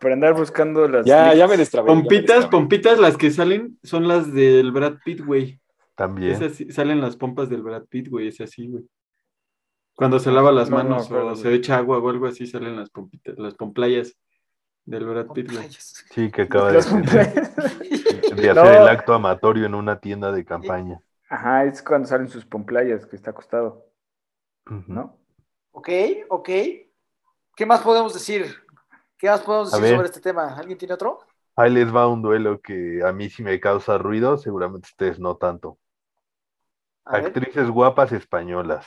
Speaker 6: Por andar buscando las.
Speaker 5: Ya,
Speaker 6: clics.
Speaker 5: ya me destrabé. ya me
Speaker 3: Pompitas,
Speaker 5: destrabé.
Speaker 3: pompitas, las que salen son las del Brad Pitt, güey.
Speaker 4: También.
Speaker 3: Esas sí- salen las pompas del Brad Pitt, güey, es así, güey. Cuando se lava las
Speaker 6: No, no,
Speaker 3: manos
Speaker 6: acuerdo,
Speaker 3: o se echa agua o algo así, salen las pompitas, las pomplayas del Brad Pitt, güey.
Speaker 2: Rayos.
Speaker 4: Sí, que acaba de,
Speaker 6: Las
Speaker 4: hacer-
Speaker 6: pompas.
Speaker 4: de hacer
Speaker 6: No.
Speaker 4: el acto amatorio en una tienda de campaña.
Speaker 6: Ajá, es cuando salen sus pomplayas que está acostado,
Speaker 4: Ujú.
Speaker 6: ¿no?
Speaker 2: Ok, ok. ¿Qué más podemos decir? ¿Qué más podemos
Speaker 4: A
Speaker 2: decir
Speaker 4: ver.
Speaker 2: sobre este tema? ¿Alguien tiene otro?
Speaker 4: Ahí les va un duelo que a mí sí me causa ruido, seguramente ustedes no tanto.
Speaker 2: A ver.
Speaker 4: Actrices guapas españolas.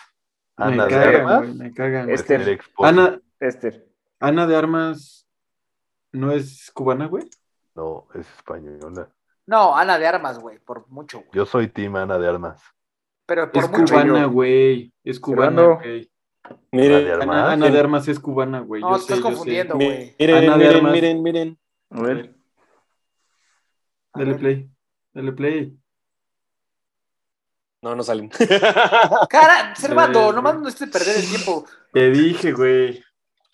Speaker 3: Me
Speaker 4: Ana de
Speaker 6: cagan,
Speaker 4: Armas.
Speaker 3: güey, me cagan, güey.
Speaker 6: Es- Esther.
Speaker 4: Esther Expósito.
Speaker 3: Ana,
Speaker 6: Esther.
Speaker 3: Ana de Armas no es cubana, güey.
Speaker 4: No, es española.
Speaker 2: No, Ana de Armas, güey, por mucho, güey.
Speaker 4: Yo soy Team Ana de Armas.
Speaker 2: Pero por
Speaker 3: Es
Speaker 2: mucho.
Speaker 3: cubana, güey. Es cubana,
Speaker 6: Servando.
Speaker 3: güey.
Speaker 4: Ana de
Speaker 5: Miren,
Speaker 4: Armas.
Speaker 3: Ana, Ana de Armas es cubana, güey.
Speaker 2: No,
Speaker 3: yo
Speaker 2: te
Speaker 3: sé,
Speaker 2: estás
Speaker 3: yo sé.
Speaker 2: confundiendo, güey.
Speaker 5: miren, miren,
Speaker 3: Ana de
Speaker 5: miren,
Speaker 3: Armas.
Speaker 5: miren, miren.
Speaker 6: A ver.
Speaker 2: A
Speaker 3: Dale
Speaker 2: ver.
Speaker 3: play. Dale play.
Speaker 5: No, no salen.
Speaker 2: Cara, Servando,
Speaker 3: Dale,
Speaker 2: nomás
Speaker 3: güey.
Speaker 2: no esté perder el tiempo.
Speaker 3: Te dije, güey.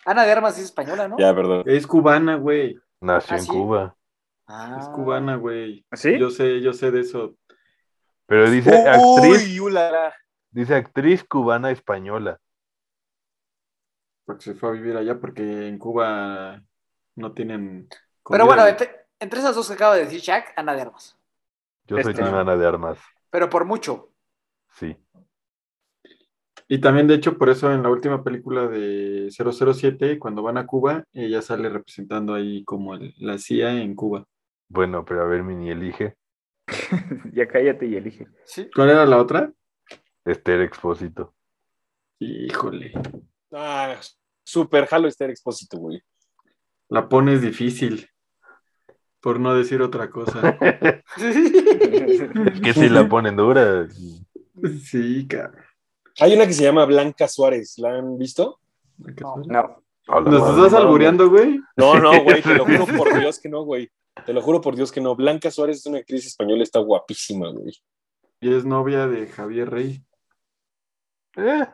Speaker 2: Ana de Armas es española, ¿no?
Speaker 5: ya, perdón.
Speaker 3: Es cubana, güey.
Speaker 4: Nació
Speaker 2: ¿Ah,
Speaker 4: en
Speaker 2: sí?
Speaker 4: Cuba.
Speaker 2: Ah.
Speaker 3: Es cubana, güey.
Speaker 6: ¿Sí?
Speaker 3: Yo sé, yo sé de eso.
Speaker 4: Pero dice actriz,
Speaker 5: Uy, ulala.
Speaker 4: dice actriz cubana española.
Speaker 3: Porque se fue a vivir allá porque en Cuba no tienen. comida,
Speaker 2: Pero bueno, este
Speaker 3: güey.
Speaker 2: entre, entre esas dos que acaba de decir Shaq, Ana de Armas.
Speaker 4: Yo soy
Speaker 6: Esta.
Speaker 4: Team Ana de Armas.
Speaker 2: Pero por mucho.
Speaker 4: Sí.
Speaker 3: Y también, de hecho, por eso en la última película de 007, cuando van a Cuba, ella sale representando ahí como el- la CIA en Cuba.
Speaker 4: Bueno, pero a ver, Mini elige.
Speaker 6: ya cállate y elige.
Speaker 2: Sí.
Speaker 3: ¿Cuál era la otra?
Speaker 4: Esther Expósito.
Speaker 3: Híjole.
Speaker 5: Ah, super jalo Esther Expósito, güey.
Speaker 3: La pones difícil. Por no decir otra cosa.
Speaker 4: es
Speaker 6: Yo
Speaker 4: que si la ponen dura.
Speaker 3: Sí, cabrón.
Speaker 5: Hay una que se llama Blanca Suárez. ¿La han visto?
Speaker 2: No.
Speaker 6: No.
Speaker 4: A la
Speaker 3: ¿Nos
Speaker 4: madre.
Speaker 3: estás albureando, güey?
Speaker 5: No, no, güey. Te lo juro por Dios que no, güey. Te lo juro por Dios que no. Blanca Suárez es una actriz española, está guapísima, güey.
Speaker 3: Y es novia de Javier Rey.
Speaker 4: Eh,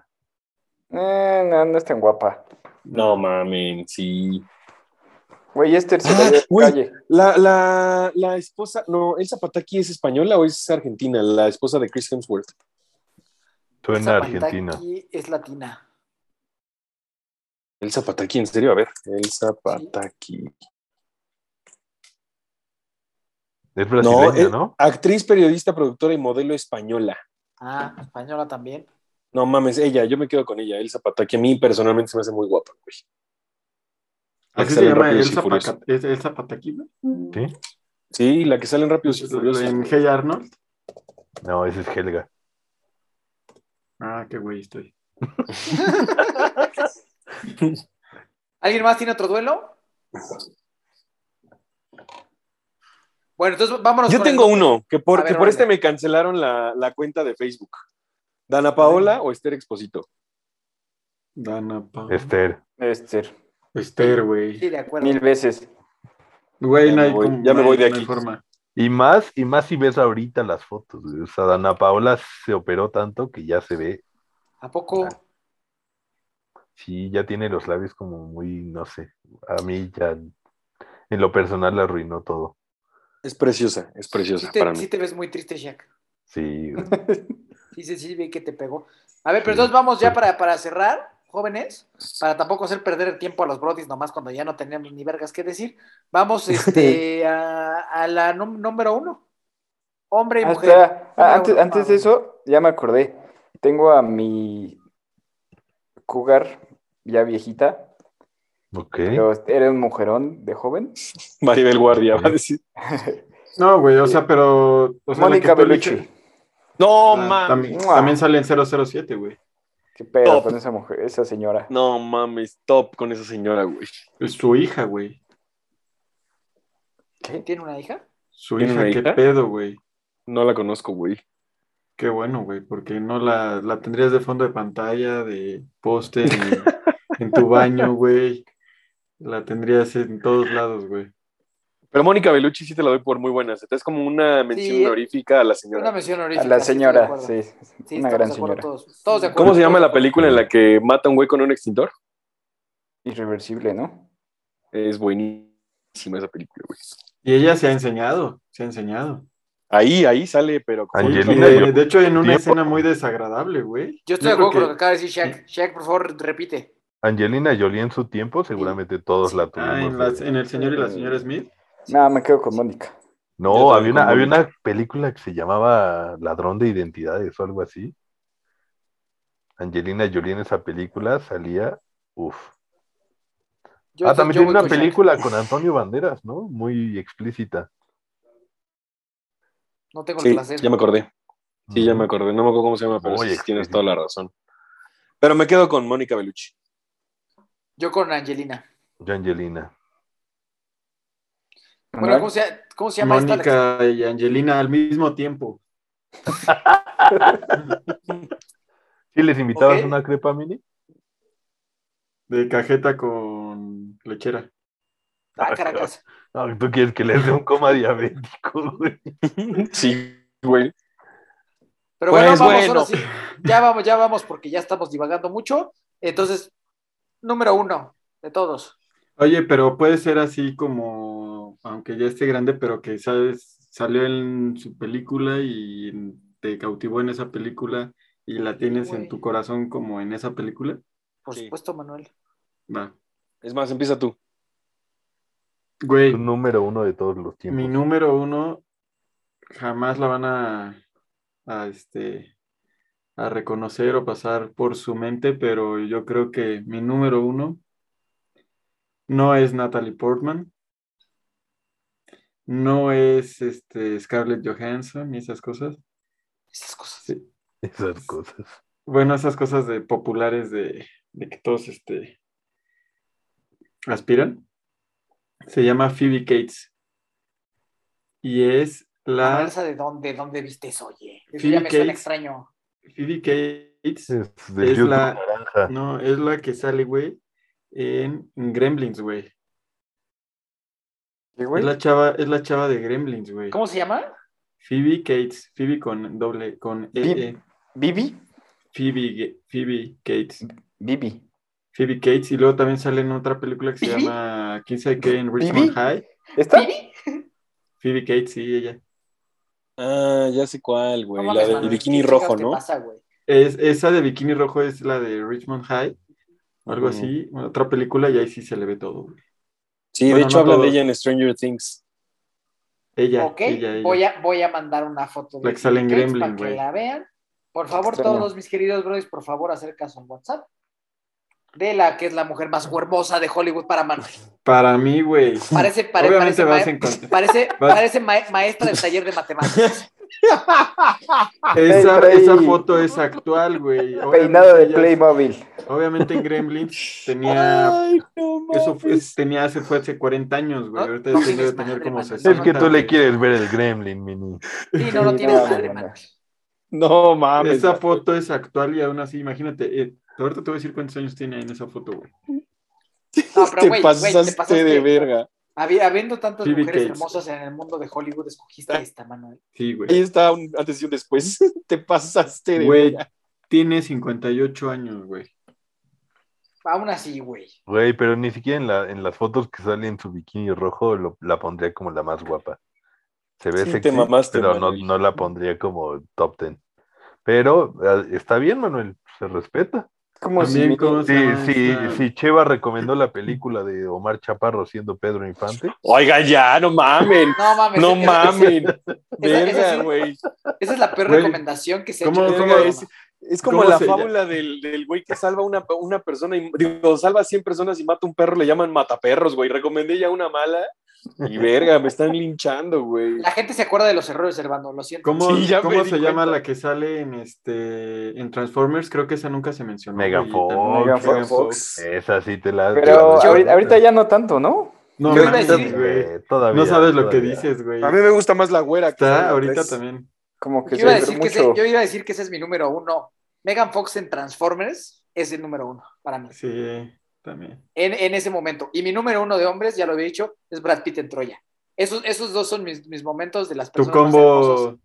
Speaker 6: Eh, no, no es tan guapa.
Speaker 5: No mamen, sí.
Speaker 6: Güey, Esther se
Speaker 5: Ah,
Speaker 6: cayó en
Speaker 5: güey.
Speaker 6: calle.
Speaker 5: La, la, la esposa, no, Elsa Pataki es española o es argentina, la esposa de Chris Hemsworth.
Speaker 4: suena
Speaker 2: Esa
Speaker 4: argentina.
Speaker 2: Pataki es latina.
Speaker 5: Elsa Pataki, en serio, a ver. Elsa Pataki.
Speaker 4: Es brasileña,
Speaker 5: eh,
Speaker 4: ¿no?
Speaker 5: Actriz, periodista, productora y modelo española.
Speaker 2: Ah, española también.
Speaker 5: No mames, ella, yo me quedo con ella, Elsa Pataki. A mí personalmente se me hace muy guapa, güey.
Speaker 3: Así
Speaker 5: Axel
Speaker 3: se llama
Speaker 5: Rápidos
Speaker 3: el
Speaker 5: y Furiosos.
Speaker 3: Zapaca- es- el zapataquí, ¿no?
Speaker 4: Sí.
Speaker 5: Sí, la que sale en Rápidos y Furiosos.
Speaker 3: En Hey Arnold.
Speaker 4: No, esa es Helga.
Speaker 3: Ah, qué güey estoy.
Speaker 2: ¿Alguien más tiene otro duelo? Bueno, entonces vámonos.
Speaker 5: Yo
Speaker 2: con el-
Speaker 5: tengo uno, que por,
Speaker 2: A ver,
Speaker 5: que por
Speaker 2: órale.
Speaker 5: este me cancelaron la, la cuenta de Facebook. ¿Dana Paola o Esther Exposito?
Speaker 3: Dana Paola.
Speaker 4: Esther.
Speaker 7: Este,
Speaker 6: Esther,
Speaker 3: Esther, güey.
Speaker 2: Sí, de acuerdo.
Speaker 6: mil veces.
Speaker 3: Güey,
Speaker 7: Ya
Speaker 3: no
Speaker 7: me
Speaker 3: hay
Speaker 7: voy-
Speaker 3: como-
Speaker 7: ya me
Speaker 3: no hay-
Speaker 7: voy de
Speaker 3: no hay
Speaker 7: aquí.
Speaker 3: forma.
Speaker 4: Y más, y más si ves ahorita las fotos, güey. O sea, Dana Paola se operó tanto que ya se ve,
Speaker 2: ¿A poco?
Speaker 4: Claro. sí, ya tiene los labios como muy, no sé, a mí ya en lo personal la arruinó todo.
Speaker 5: Es preciosa, pues es preciosa
Speaker 2: Sí te,
Speaker 5: para mí.
Speaker 2: sí te ves muy triste, Shaq.
Speaker 4: Sí, güey.
Speaker 2: Sí, sí, sí, vi que te pegó. A ver, pero
Speaker 4: Sí.
Speaker 2: entonces vamos ya para, para cerrar, jóvenes, para tampoco hacer perder el tiempo a los brodis nomás cuando ya no tenemos ni vergas que decir. Vamos este, a, a la num- número uno. Hombre y
Speaker 6: Ah,
Speaker 2: mujer.
Speaker 6: espera. Ah,
Speaker 2: Número
Speaker 6: antes,
Speaker 2: uno.
Speaker 6: antes de eso, ya me acordé. Tengo a mi cougar ya viejita,
Speaker 4: Ok.
Speaker 6: pero era un mujerón de joven.
Speaker 5: Maribel Guardia va a decir.
Speaker 3: No, güey, o sea, pero. o sea, la
Speaker 6: Mónica
Speaker 3: que tú
Speaker 6: Bellucci.
Speaker 3: eliges,
Speaker 5: No
Speaker 3: ah,
Speaker 5: mames.
Speaker 3: También, también sale en 007, güey.
Speaker 6: Qué pedo
Speaker 5: Top.
Speaker 6: con esa mujer, esa señora.
Speaker 5: No mames, top con esa señora, güey.
Speaker 3: Es su hija, güey.
Speaker 2: ¿Tiene una hija?
Speaker 3: Su
Speaker 5: ¿Tiene
Speaker 3: hija,
Speaker 5: una
Speaker 3: qué
Speaker 5: hija?
Speaker 3: pedo, güey.
Speaker 5: No la conozco, güey.
Speaker 3: Qué bueno, güey, porque no la, la tendrías de fondo de pantalla, de póster, en- en tu baño, güey. La tendrías en todos lados, güey.
Speaker 5: Pero Mónica Bellucci sí te la doy por muy buena. Se te es como una mención
Speaker 2: Sí.
Speaker 5: honorífica a la
Speaker 2: Una
Speaker 5: señora.
Speaker 2: mención
Speaker 6: A
Speaker 2: honorífica.
Speaker 6: la
Speaker 2: sí, estoy de
Speaker 6: señora,
Speaker 2: acuerdo.
Speaker 6: sí.
Speaker 2: Sí,
Speaker 6: una
Speaker 2: estamos
Speaker 6: gran
Speaker 2: de acuerdo
Speaker 6: señora.
Speaker 2: Todos, todos de acuerdo.
Speaker 5: ¿Cómo se llama la película en la que mata a un güey con un extintor?
Speaker 6: Irreversible, ¿no?
Speaker 5: Es buenísima esa película, güey.
Speaker 3: Y ella se ha enseñado, se ha enseñado.
Speaker 5: Ahí, ahí sale, pero como-
Speaker 3: Sí,
Speaker 4: Angelina
Speaker 3: de,
Speaker 4: Jolie.
Speaker 3: de hecho, en una
Speaker 4: Tiempo.
Speaker 3: escena muy desagradable, güey.
Speaker 2: Yo estoy de
Speaker 3: creo
Speaker 2: acuerdo con lo que
Speaker 3: que-
Speaker 2: acaba de decir Shaq. Shaq, por favor, repite.
Speaker 4: Angelina Jolie en su tiempo, seguramente todos la
Speaker 3: Ah,
Speaker 4: tuvimos.
Speaker 3: en, la-
Speaker 4: de-
Speaker 3: en El Señor y la Señora Smith.
Speaker 6: No, me quedo con Mónica.
Speaker 4: No,
Speaker 5: Yo
Speaker 4: había
Speaker 5: también
Speaker 4: una,
Speaker 5: con
Speaker 4: había
Speaker 5: Mónica.
Speaker 4: una película que se llamaba Ladrón de Identidades o algo así. Angelina Jolie en esa película salía. Uf.
Speaker 2: Yo-
Speaker 4: ah, también
Speaker 2: yo
Speaker 4: tiene
Speaker 2: voy
Speaker 4: una
Speaker 2: con Shaq.
Speaker 4: película con Antonio Banderas, ¿no? Muy explícita.
Speaker 2: No tengo el
Speaker 5: Sí,
Speaker 2: placer.
Speaker 5: ya me acordé. Sí, ya me acordé. No me acuerdo cómo se llama, pero
Speaker 4: Muy
Speaker 5: sí, tienes
Speaker 4: explícito.
Speaker 5: toda la razón. Pero me quedo con Mónica Bellucci.
Speaker 2: Yo con Angelina.
Speaker 4: Yo, Angelina.
Speaker 2: Bueno, ¿cómo se, cómo se llama esta? la-
Speaker 3: Mónica y Angelina al mismo tiempo.
Speaker 4: ¿Sí les invitabas
Speaker 2: Ok.
Speaker 4: una crepa mini?
Speaker 3: De cajeta con lechera.
Speaker 2: Ah, Caracas.
Speaker 4: No, tú quieres que les dé un coma diabético, güey.
Speaker 5: Sí, güey.
Speaker 2: Pero
Speaker 5: Pues
Speaker 2: bueno, vamos
Speaker 5: bueno.
Speaker 2: ahora sí. Ya vamos, ya vamos, porque ya estamos divagando mucho. Entonces, número uno de todos.
Speaker 3: Oye, pero puede ser así como, aunque ya esté grande, pero que sabes, salió en su película y en- te cautivó en esa película y la tienes en
Speaker 2: Güey.
Speaker 3: tu corazón como en esa película.
Speaker 2: Por
Speaker 5: Sí.
Speaker 2: supuesto, Manuel.
Speaker 3: Va.
Speaker 5: Es más, empieza tú.
Speaker 3: Güey,
Speaker 4: Tu número uno de todos los tiempos.
Speaker 3: mi número uno jamás la van a, a, este, a reconocer o pasar por su mente, pero yo creo que mi número uno no es Natalie Portman, no es este, Scarlett Johansson y esas cosas.
Speaker 2: Esas cosas.
Speaker 3: Sí.
Speaker 4: Esas cosas.
Speaker 3: Bueno, esas cosas de populares de, de que todos este, aspiran. Se llama Phoebe Cates. Y es la...
Speaker 5: Ah.
Speaker 2: Manuel, ¿esa de dónde, dónde viste eso, oye? Eso
Speaker 3: Sí,
Speaker 2: ya me
Speaker 3: que
Speaker 2: suena
Speaker 3: es-
Speaker 2: extraño.
Speaker 3: Phoebe Cates,
Speaker 4: Es de
Speaker 3: Es
Speaker 4: YouTube
Speaker 3: la-
Speaker 4: naranja.
Speaker 3: no, es la que sale, güey, en Gremlins, güey.
Speaker 6: ¿Qué,
Speaker 3: Es
Speaker 6: güey?
Speaker 3: la chava, es la chava de Gremlins, güey.
Speaker 2: ¿Cómo se llama?
Speaker 3: Phoebe Cates, Phoebe con doble, con E,
Speaker 6: Phoebe.
Speaker 3: E.
Speaker 6: ¿Bibi?
Speaker 3: Phoebe, Ga- Phoebe Cates.
Speaker 6: Bibi.
Speaker 3: Phoebe Cates, y luego también sale en otra película que se
Speaker 2: ¿Phoebe?
Speaker 3: llama ¿Quién sabe qué? en
Speaker 6: ¿Phoebe?
Speaker 3: Richmond High.
Speaker 6: ¿Esta?
Speaker 2: ¿Bibi?
Speaker 3: Phoebe Cates, sí, ella.
Speaker 5: Ah, ya sé cuál,
Speaker 2: No
Speaker 5: güey.
Speaker 2: mames,
Speaker 5: la del
Speaker 2: Manuel,
Speaker 5: bikini
Speaker 2: ¿qué
Speaker 5: rojo,
Speaker 2: chingados te
Speaker 5: ¿no?
Speaker 2: pasa, güey?
Speaker 3: Es, esa de Bikini Rojo es la de Richmond High, o algo
Speaker 5: Ujú.
Speaker 2: Mm.
Speaker 3: así, otra película, y ahí sí se le ve todo, güey.
Speaker 5: Sí, de
Speaker 3: Bueno,
Speaker 5: hecho
Speaker 3: no
Speaker 5: habla
Speaker 3: todo.
Speaker 5: de ella en Stranger Things.
Speaker 3: Ella,
Speaker 2: ok,
Speaker 3: ella, ella.
Speaker 2: Voy, a, voy a mandar una foto
Speaker 3: La que sale en
Speaker 2: Bill Gates
Speaker 3: Gremlin,
Speaker 2: para que
Speaker 3: güey.
Speaker 2: la vean. Por favor,
Speaker 6: Extraño.
Speaker 2: todos mis queridos brothers, por favor, hacer caso en WhatsApp. De la que es la mujer más hermosa de Hollywood para Manuel.
Speaker 3: Para mí, güey.
Speaker 2: Parece, pare- parece,
Speaker 3: Obviamente vas
Speaker 2: ma-
Speaker 3: en contra.
Speaker 2: parece,
Speaker 3: Vas-
Speaker 2: parece ma- maestra del taller de matemáticas.
Speaker 3: Esa,
Speaker 6: Ey,
Speaker 3: esa
Speaker 6: trae-
Speaker 3: foto es actual, güey. Obviamente
Speaker 6: Peinado de
Speaker 3: ella-
Speaker 6: Playmobil.
Speaker 3: Obviamente en Gremlins tenía.
Speaker 5: no
Speaker 3: Eso fue, tenía, se fue hace 40 años, güey.
Speaker 2: No,
Speaker 3: Ahorita
Speaker 2: no
Speaker 3: debe
Speaker 2: tienes
Speaker 3: tener
Speaker 2: madre,
Speaker 3: como
Speaker 2: Manuel.
Speaker 3: 60.
Speaker 4: Es que tú le
Speaker 3: güey.
Speaker 4: quieres ver el Gremlin, mini.
Speaker 2: Sí, no, no
Speaker 6: Sí,
Speaker 2: tienes
Speaker 6: no,
Speaker 2: madre,
Speaker 6: no, no.
Speaker 2: Manuel.
Speaker 5: No mames.
Speaker 3: Esa foto es actual y aún así, imagínate. eh, ahorita te voy a decir cuántos años tiene en esa foto, güey.
Speaker 2: No, pero güey,
Speaker 5: te
Speaker 2: güey, te
Speaker 5: pasaste
Speaker 2: pasaste.
Speaker 5: de verga.
Speaker 2: Habi- Habiendo tantas
Speaker 3: Phoebe
Speaker 2: mujeres
Speaker 3: Cates. Ah.
Speaker 2: hermosas en el mundo de Hollywood, escogiste esta, Manuel.
Speaker 3: Sí,
Speaker 5: Ahí
Speaker 3: güey.
Speaker 5: está un antes y un después. Te pasaste de.
Speaker 3: Güey,
Speaker 5: verga.
Speaker 3: tiene 58 años, güey.
Speaker 2: Aún así, güey.
Speaker 4: Güey, pero ni siquiera en, la, en las fotos que sale en su bikini rojo lo- la pondría como la más guapa. Se ve
Speaker 5: Sí,
Speaker 4: sexy,
Speaker 5: te mamaste,
Speaker 4: pero no,
Speaker 5: Manuel.
Speaker 4: no la pondría como top ten. Pero eh, está bien, Manuel, se respeta.
Speaker 6: Como
Speaker 3: También
Speaker 6: si
Speaker 3: como- O
Speaker 4: Sí,
Speaker 3: sea,
Speaker 4: sí,
Speaker 3: está-
Speaker 4: sí, Cheva recomendó la película de Omar Chaparro siendo Pedro Infante.
Speaker 5: Oiga, ya, no mamen.
Speaker 2: No mames.
Speaker 5: No
Speaker 2: esa-
Speaker 5: mamen.
Speaker 2: esa
Speaker 5: Verga,
Speaker 2: sí-
Speaker 5: güey.
Speaker 2: Esa es la peor
Speaker 3: Güey,
Speaker 2: recomendación que se ha
Speaker 3: ¿cómo-
Speaker 2: hecho. en
Speaker 5: cómo
Speaker 2: este
Speaker 5: es?
Speaker 2: programa.
Speaker 5: Es como
Speaker 3: ¿Cómo
Speaker 5: la
Speaker 3: se llama?
Speaker 5: fábula del del güey que salva una, una persona, y, digo, salva a 100 personas y mata a un perro, le llaman mataperros, güey. Recomendé ya una mala y verga, me están linchando, güey.
Speaker 2: La gente se acuerda de los errores, Servando, lo siento.
Speaker 3: ¿Cómo,
Speaker 5: Sí, ya me
Speaker 3: cómo
Speaker 5: di
Speaker 3: se llama
Speaker 5: cuenta.
Speaker 3: la que sale en este en Transformers? Creo que esa nunca se mencionó. güey,
Speaker 4: Megan
Speaker 3: y
Speaker 4: Fox.
Speaker 3: también-
Speaker 6: Megan Fox.
Speaker 4: Esa sí te la. te la
Speaker 6: Pero
Speaker 4: respeto.
Speaker 6: ahorita, ahorita ya no tanto, ¿no?
Speaker 3: No,
Speaker 2: Yo iba a decir-
Speaker 3: mames, güey.
Speaker 4: Eh, todavía,
Speaker 3: No sabes lo que
Speaker 4: todavía.
Speaker 3: dices, güey.
Speaker 5: A mí me gusta más la güera. que
Speaker 3: Está
Speaker 5: sale,
Speaker 3: ahorita
Speaker 5: es-
Speaker 3: también.
Speaker 6: Como que
Speaker 2: Yo
Speaker 6: se
Speaker 2: iba, a
Speaker 6: ve
Speaker 2: decir que ese,
Speaker 6: mucho.
Speaker 2: yo iba a decir que ese es mi número uno. Megan Fox en Transformers es el número uno para mí.
Speaker 3: Sí, también.
Speaker 2: En, en ese momento. Y mi número uno de hombres, ya lo había dicho, es Brad Pitt en Troya. Esos, esos dos son mis, mis momentos de las
Speaker 3: Tu
Speaker 2: personas. más hermosas.
Speaker 3: combo.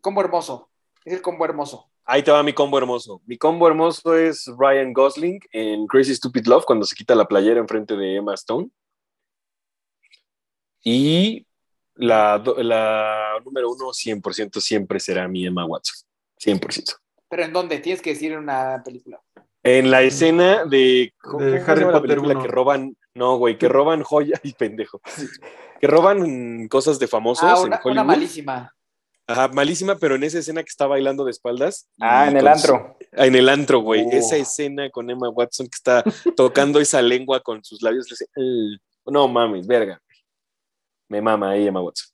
Speaker 2: Combo hermoso. Es el combo hermoso.
Speaker 5: Ahí te va mi combo hermoso. Mi combo hermoso es Ryan Gosling en Crazy Stupid Love cuando se quita la playera enfrente de Emma Stone. Y la, do- la número uno 100% siempre será mi Emma Watson. 100%.
Speaker 2: Pero ¿en dónde? Tienes que decir en una película.
Speaker 5: En la escena de, ¿cómo-
Speaker 3: De
Speaker 5: cómo se
Speaker 3: Harry
Speaker 5: llama la
Speaker 3: Potter
Speaker 5: película
Speaker 3: uno.
Speaker 5: que roban, no, güey, que roban joyas y pendejo. Que roban mm, cosas de famosos
Speaker 2: Ah,
Speaker 5: en
Speaker 2: una, una
Speaker 5: Hollywood.
Speaker 2: malísima.
Speaker 5: Ajá, malísima, pero en esa escena que está bailando de espaldas.
Speaker 6: Ah,
Speaker 5: y
Speaker 6: en el
Speaker 5: con-
Speaker 6: antro.
Speaker 5: Ah, En el antro, güey.
Speaker 2: Oh.
Speaker 5: Esa escena con Emma Watson que está tocando esa lengua con sus labios. le hace, "Eh". no mames, verga. Me mama ahí Emma Watson.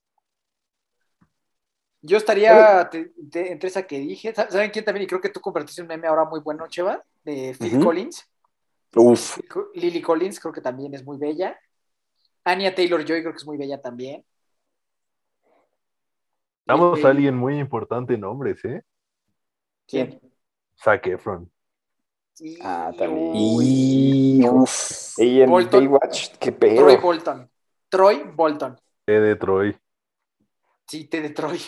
Speaker 2: Yo estaría te- te- entre esa que dije. ¿Sab- ¿Saben quién también? Y creo que tú compartiste un meme ahora muy bueno, Cheva, de Phil
Speaker 5: Ujú.
Speaker 2: Collins.
Speaker 5: Uf,
Speaker 2: Co- Lily Collins creo que también es muy bella. Anya Taylor-Joy creo que es muy bella también.
Speaker 4: Damos
Speaker 2: Este,
Speaker 4: a alguien muy importante en hombres, ¿eh?
Speaker 2: ¿Quién?
Speaker 4: Zac Efron.
Speaker 2: Sí,
Speaker 6: Ah, también.
Speaker 2: uy.
Speaker 5: y uf.
Speaker 6: Y en
Speaker 2: Bolton.
Speaker 6: Baywatch, qué pedo.
Speaker 2: Troy Bolton. Troy Bolton.
Speaker 4: T de Troy.
Speaker 2: Sí, te de Troy.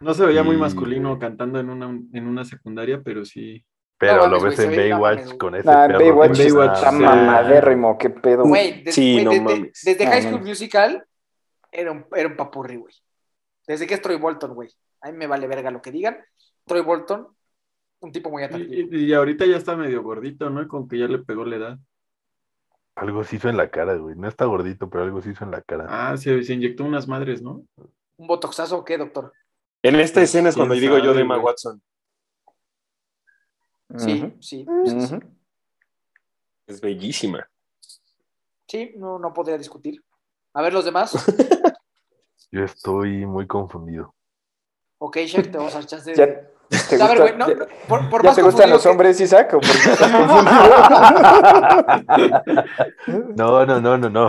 Speaker 3: No se veía muy
Speaker 4: Y-
Speaker 3: masculino cantando en una, en una secundaria, pero sí.
Speaker 4: Pero
Speaker 2: mames,
Speaker 4: lo
Speaker 2: güey,
Speaker 4: ves
Speaker 2: se
Speaker 4: en
Speaker 2: ve- no
Speaker 4: Baywatch
Speaker 2: mames,
Speaker 4: con ese
Speaker 6: Nah, en
Speaker 4: perro.
Speaker 6: Baywatch,
Speaker 4: que
Speaker 3: Baywatch,
Speaker 6: está
Speaker 4: está-
Speaker 3: sí.
Speaker 6: mamadérrimo, qué pedo.
Speaker 2: Güey, des-
Speaker 5: Sí,
Speaker 2: güey,
Speaker 5: no
Speaker 2: desde,
Speaker 5: mames.
Speaker 2: desde
Speaker 6: No
Speaker 2: High School
Speaker 6: mames.
Speaker 2: Musical era un, era un papurri, güey. Desde que es Troy Bolton, güey. A mí me vale verga lo que digan. Troy Bolton, un tipo muy atractivo.
Speaker 3: Y, y ahorita ya está medio gordito, ¿no? Con que ya le pegó la edad.
Speaker 4: Algo se hizo en la cara, güey. No está gordito, pero algo se hizo en la cara.
Speaker 3: Ah, se, se inyectó unas madres, ¿no?
Speaker 2: ¿Un botoxazo o qué, doctor?
Speaker 5: En esta escena es cuando
Speaker 3: ¿Quién
Speaker 5: digo yo de
Speaker 3: sabe,
Speaker 5: Emma
Speaker 3: güey?
Speaker 5: Watson.
Speaker 2: Sí,
Speaker 6: Ujú,
Speaker 2: sí.
Speaker 6: ujú.
Speaker 5: Es bellísima.
Speaker 2: Sí, no, no podría discutir. A ver, los demás.
Speaker 4: Yo estoy muy confundido.
Speaker 2: Ok, Shaq, te vamos a dar chance de.
Speaker 6: ¿Ya te
Speaker 2: a ver,
Speaker 6: gusta-
Speaker 2: güey, no,
Speaker 6: ya-
Speaker 2: no, por, por
Speaker 6: ya
Speaker 2: más
Speaker 6: te gustan
Speaker 2: confundido
Speaker 6: los
Speaker 2: que-
Speaker 6: hombres, Isaac? ¿o por qué estás confundido?
Speaker 4: No, no, no, no, no.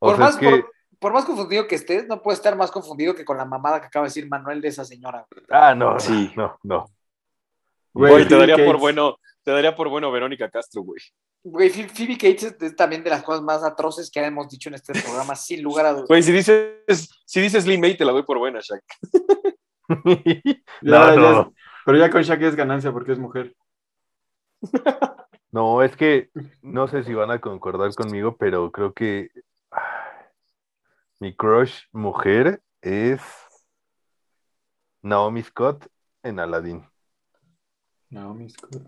Speaker 4: O
Speaker 2: Por
Speaker 4: sea,
Speaker 2: más,
Speaker 4: es que...
Speaker 2: por- por más confundido que estés, no puedes estar más confundido que con la mamada que acaba de decir Manuel de esa señora. güey.
Speaker 4: Ah, no,
Speaker 5: Sí.
Speaker 4: no, no.
Speaker 3: Güey,
Speaker 5: Oye, te
Speaker 3: Bill
Speaker 5: daría por
Speaker 3: Gates.
Speaker 5: bueno, te daría por bueno Verónica Castro, güey.
Speaker 2: Güey, Phoe- Phoebe Cates es de- también de las cosas más atroces que hemos dicho en este programa, sin lugar a dudas.
Speaker 5: Güey, si dices, si dices Lin May, te la doy por buena, Shaq.
Speaker 3: Ya,
Speaker 4: no,
Speaker 3: ya
Speaker 4: no.
Speaker 3: es- pero ya con Shaq es ganancia porque es mujer.
Speaker 4: No, es que no sé si van a concordar conmigo, pero creo que ah, mi crush mujer es Naomi Scott en Aladdin.
Speaker 3: No, mis cosas.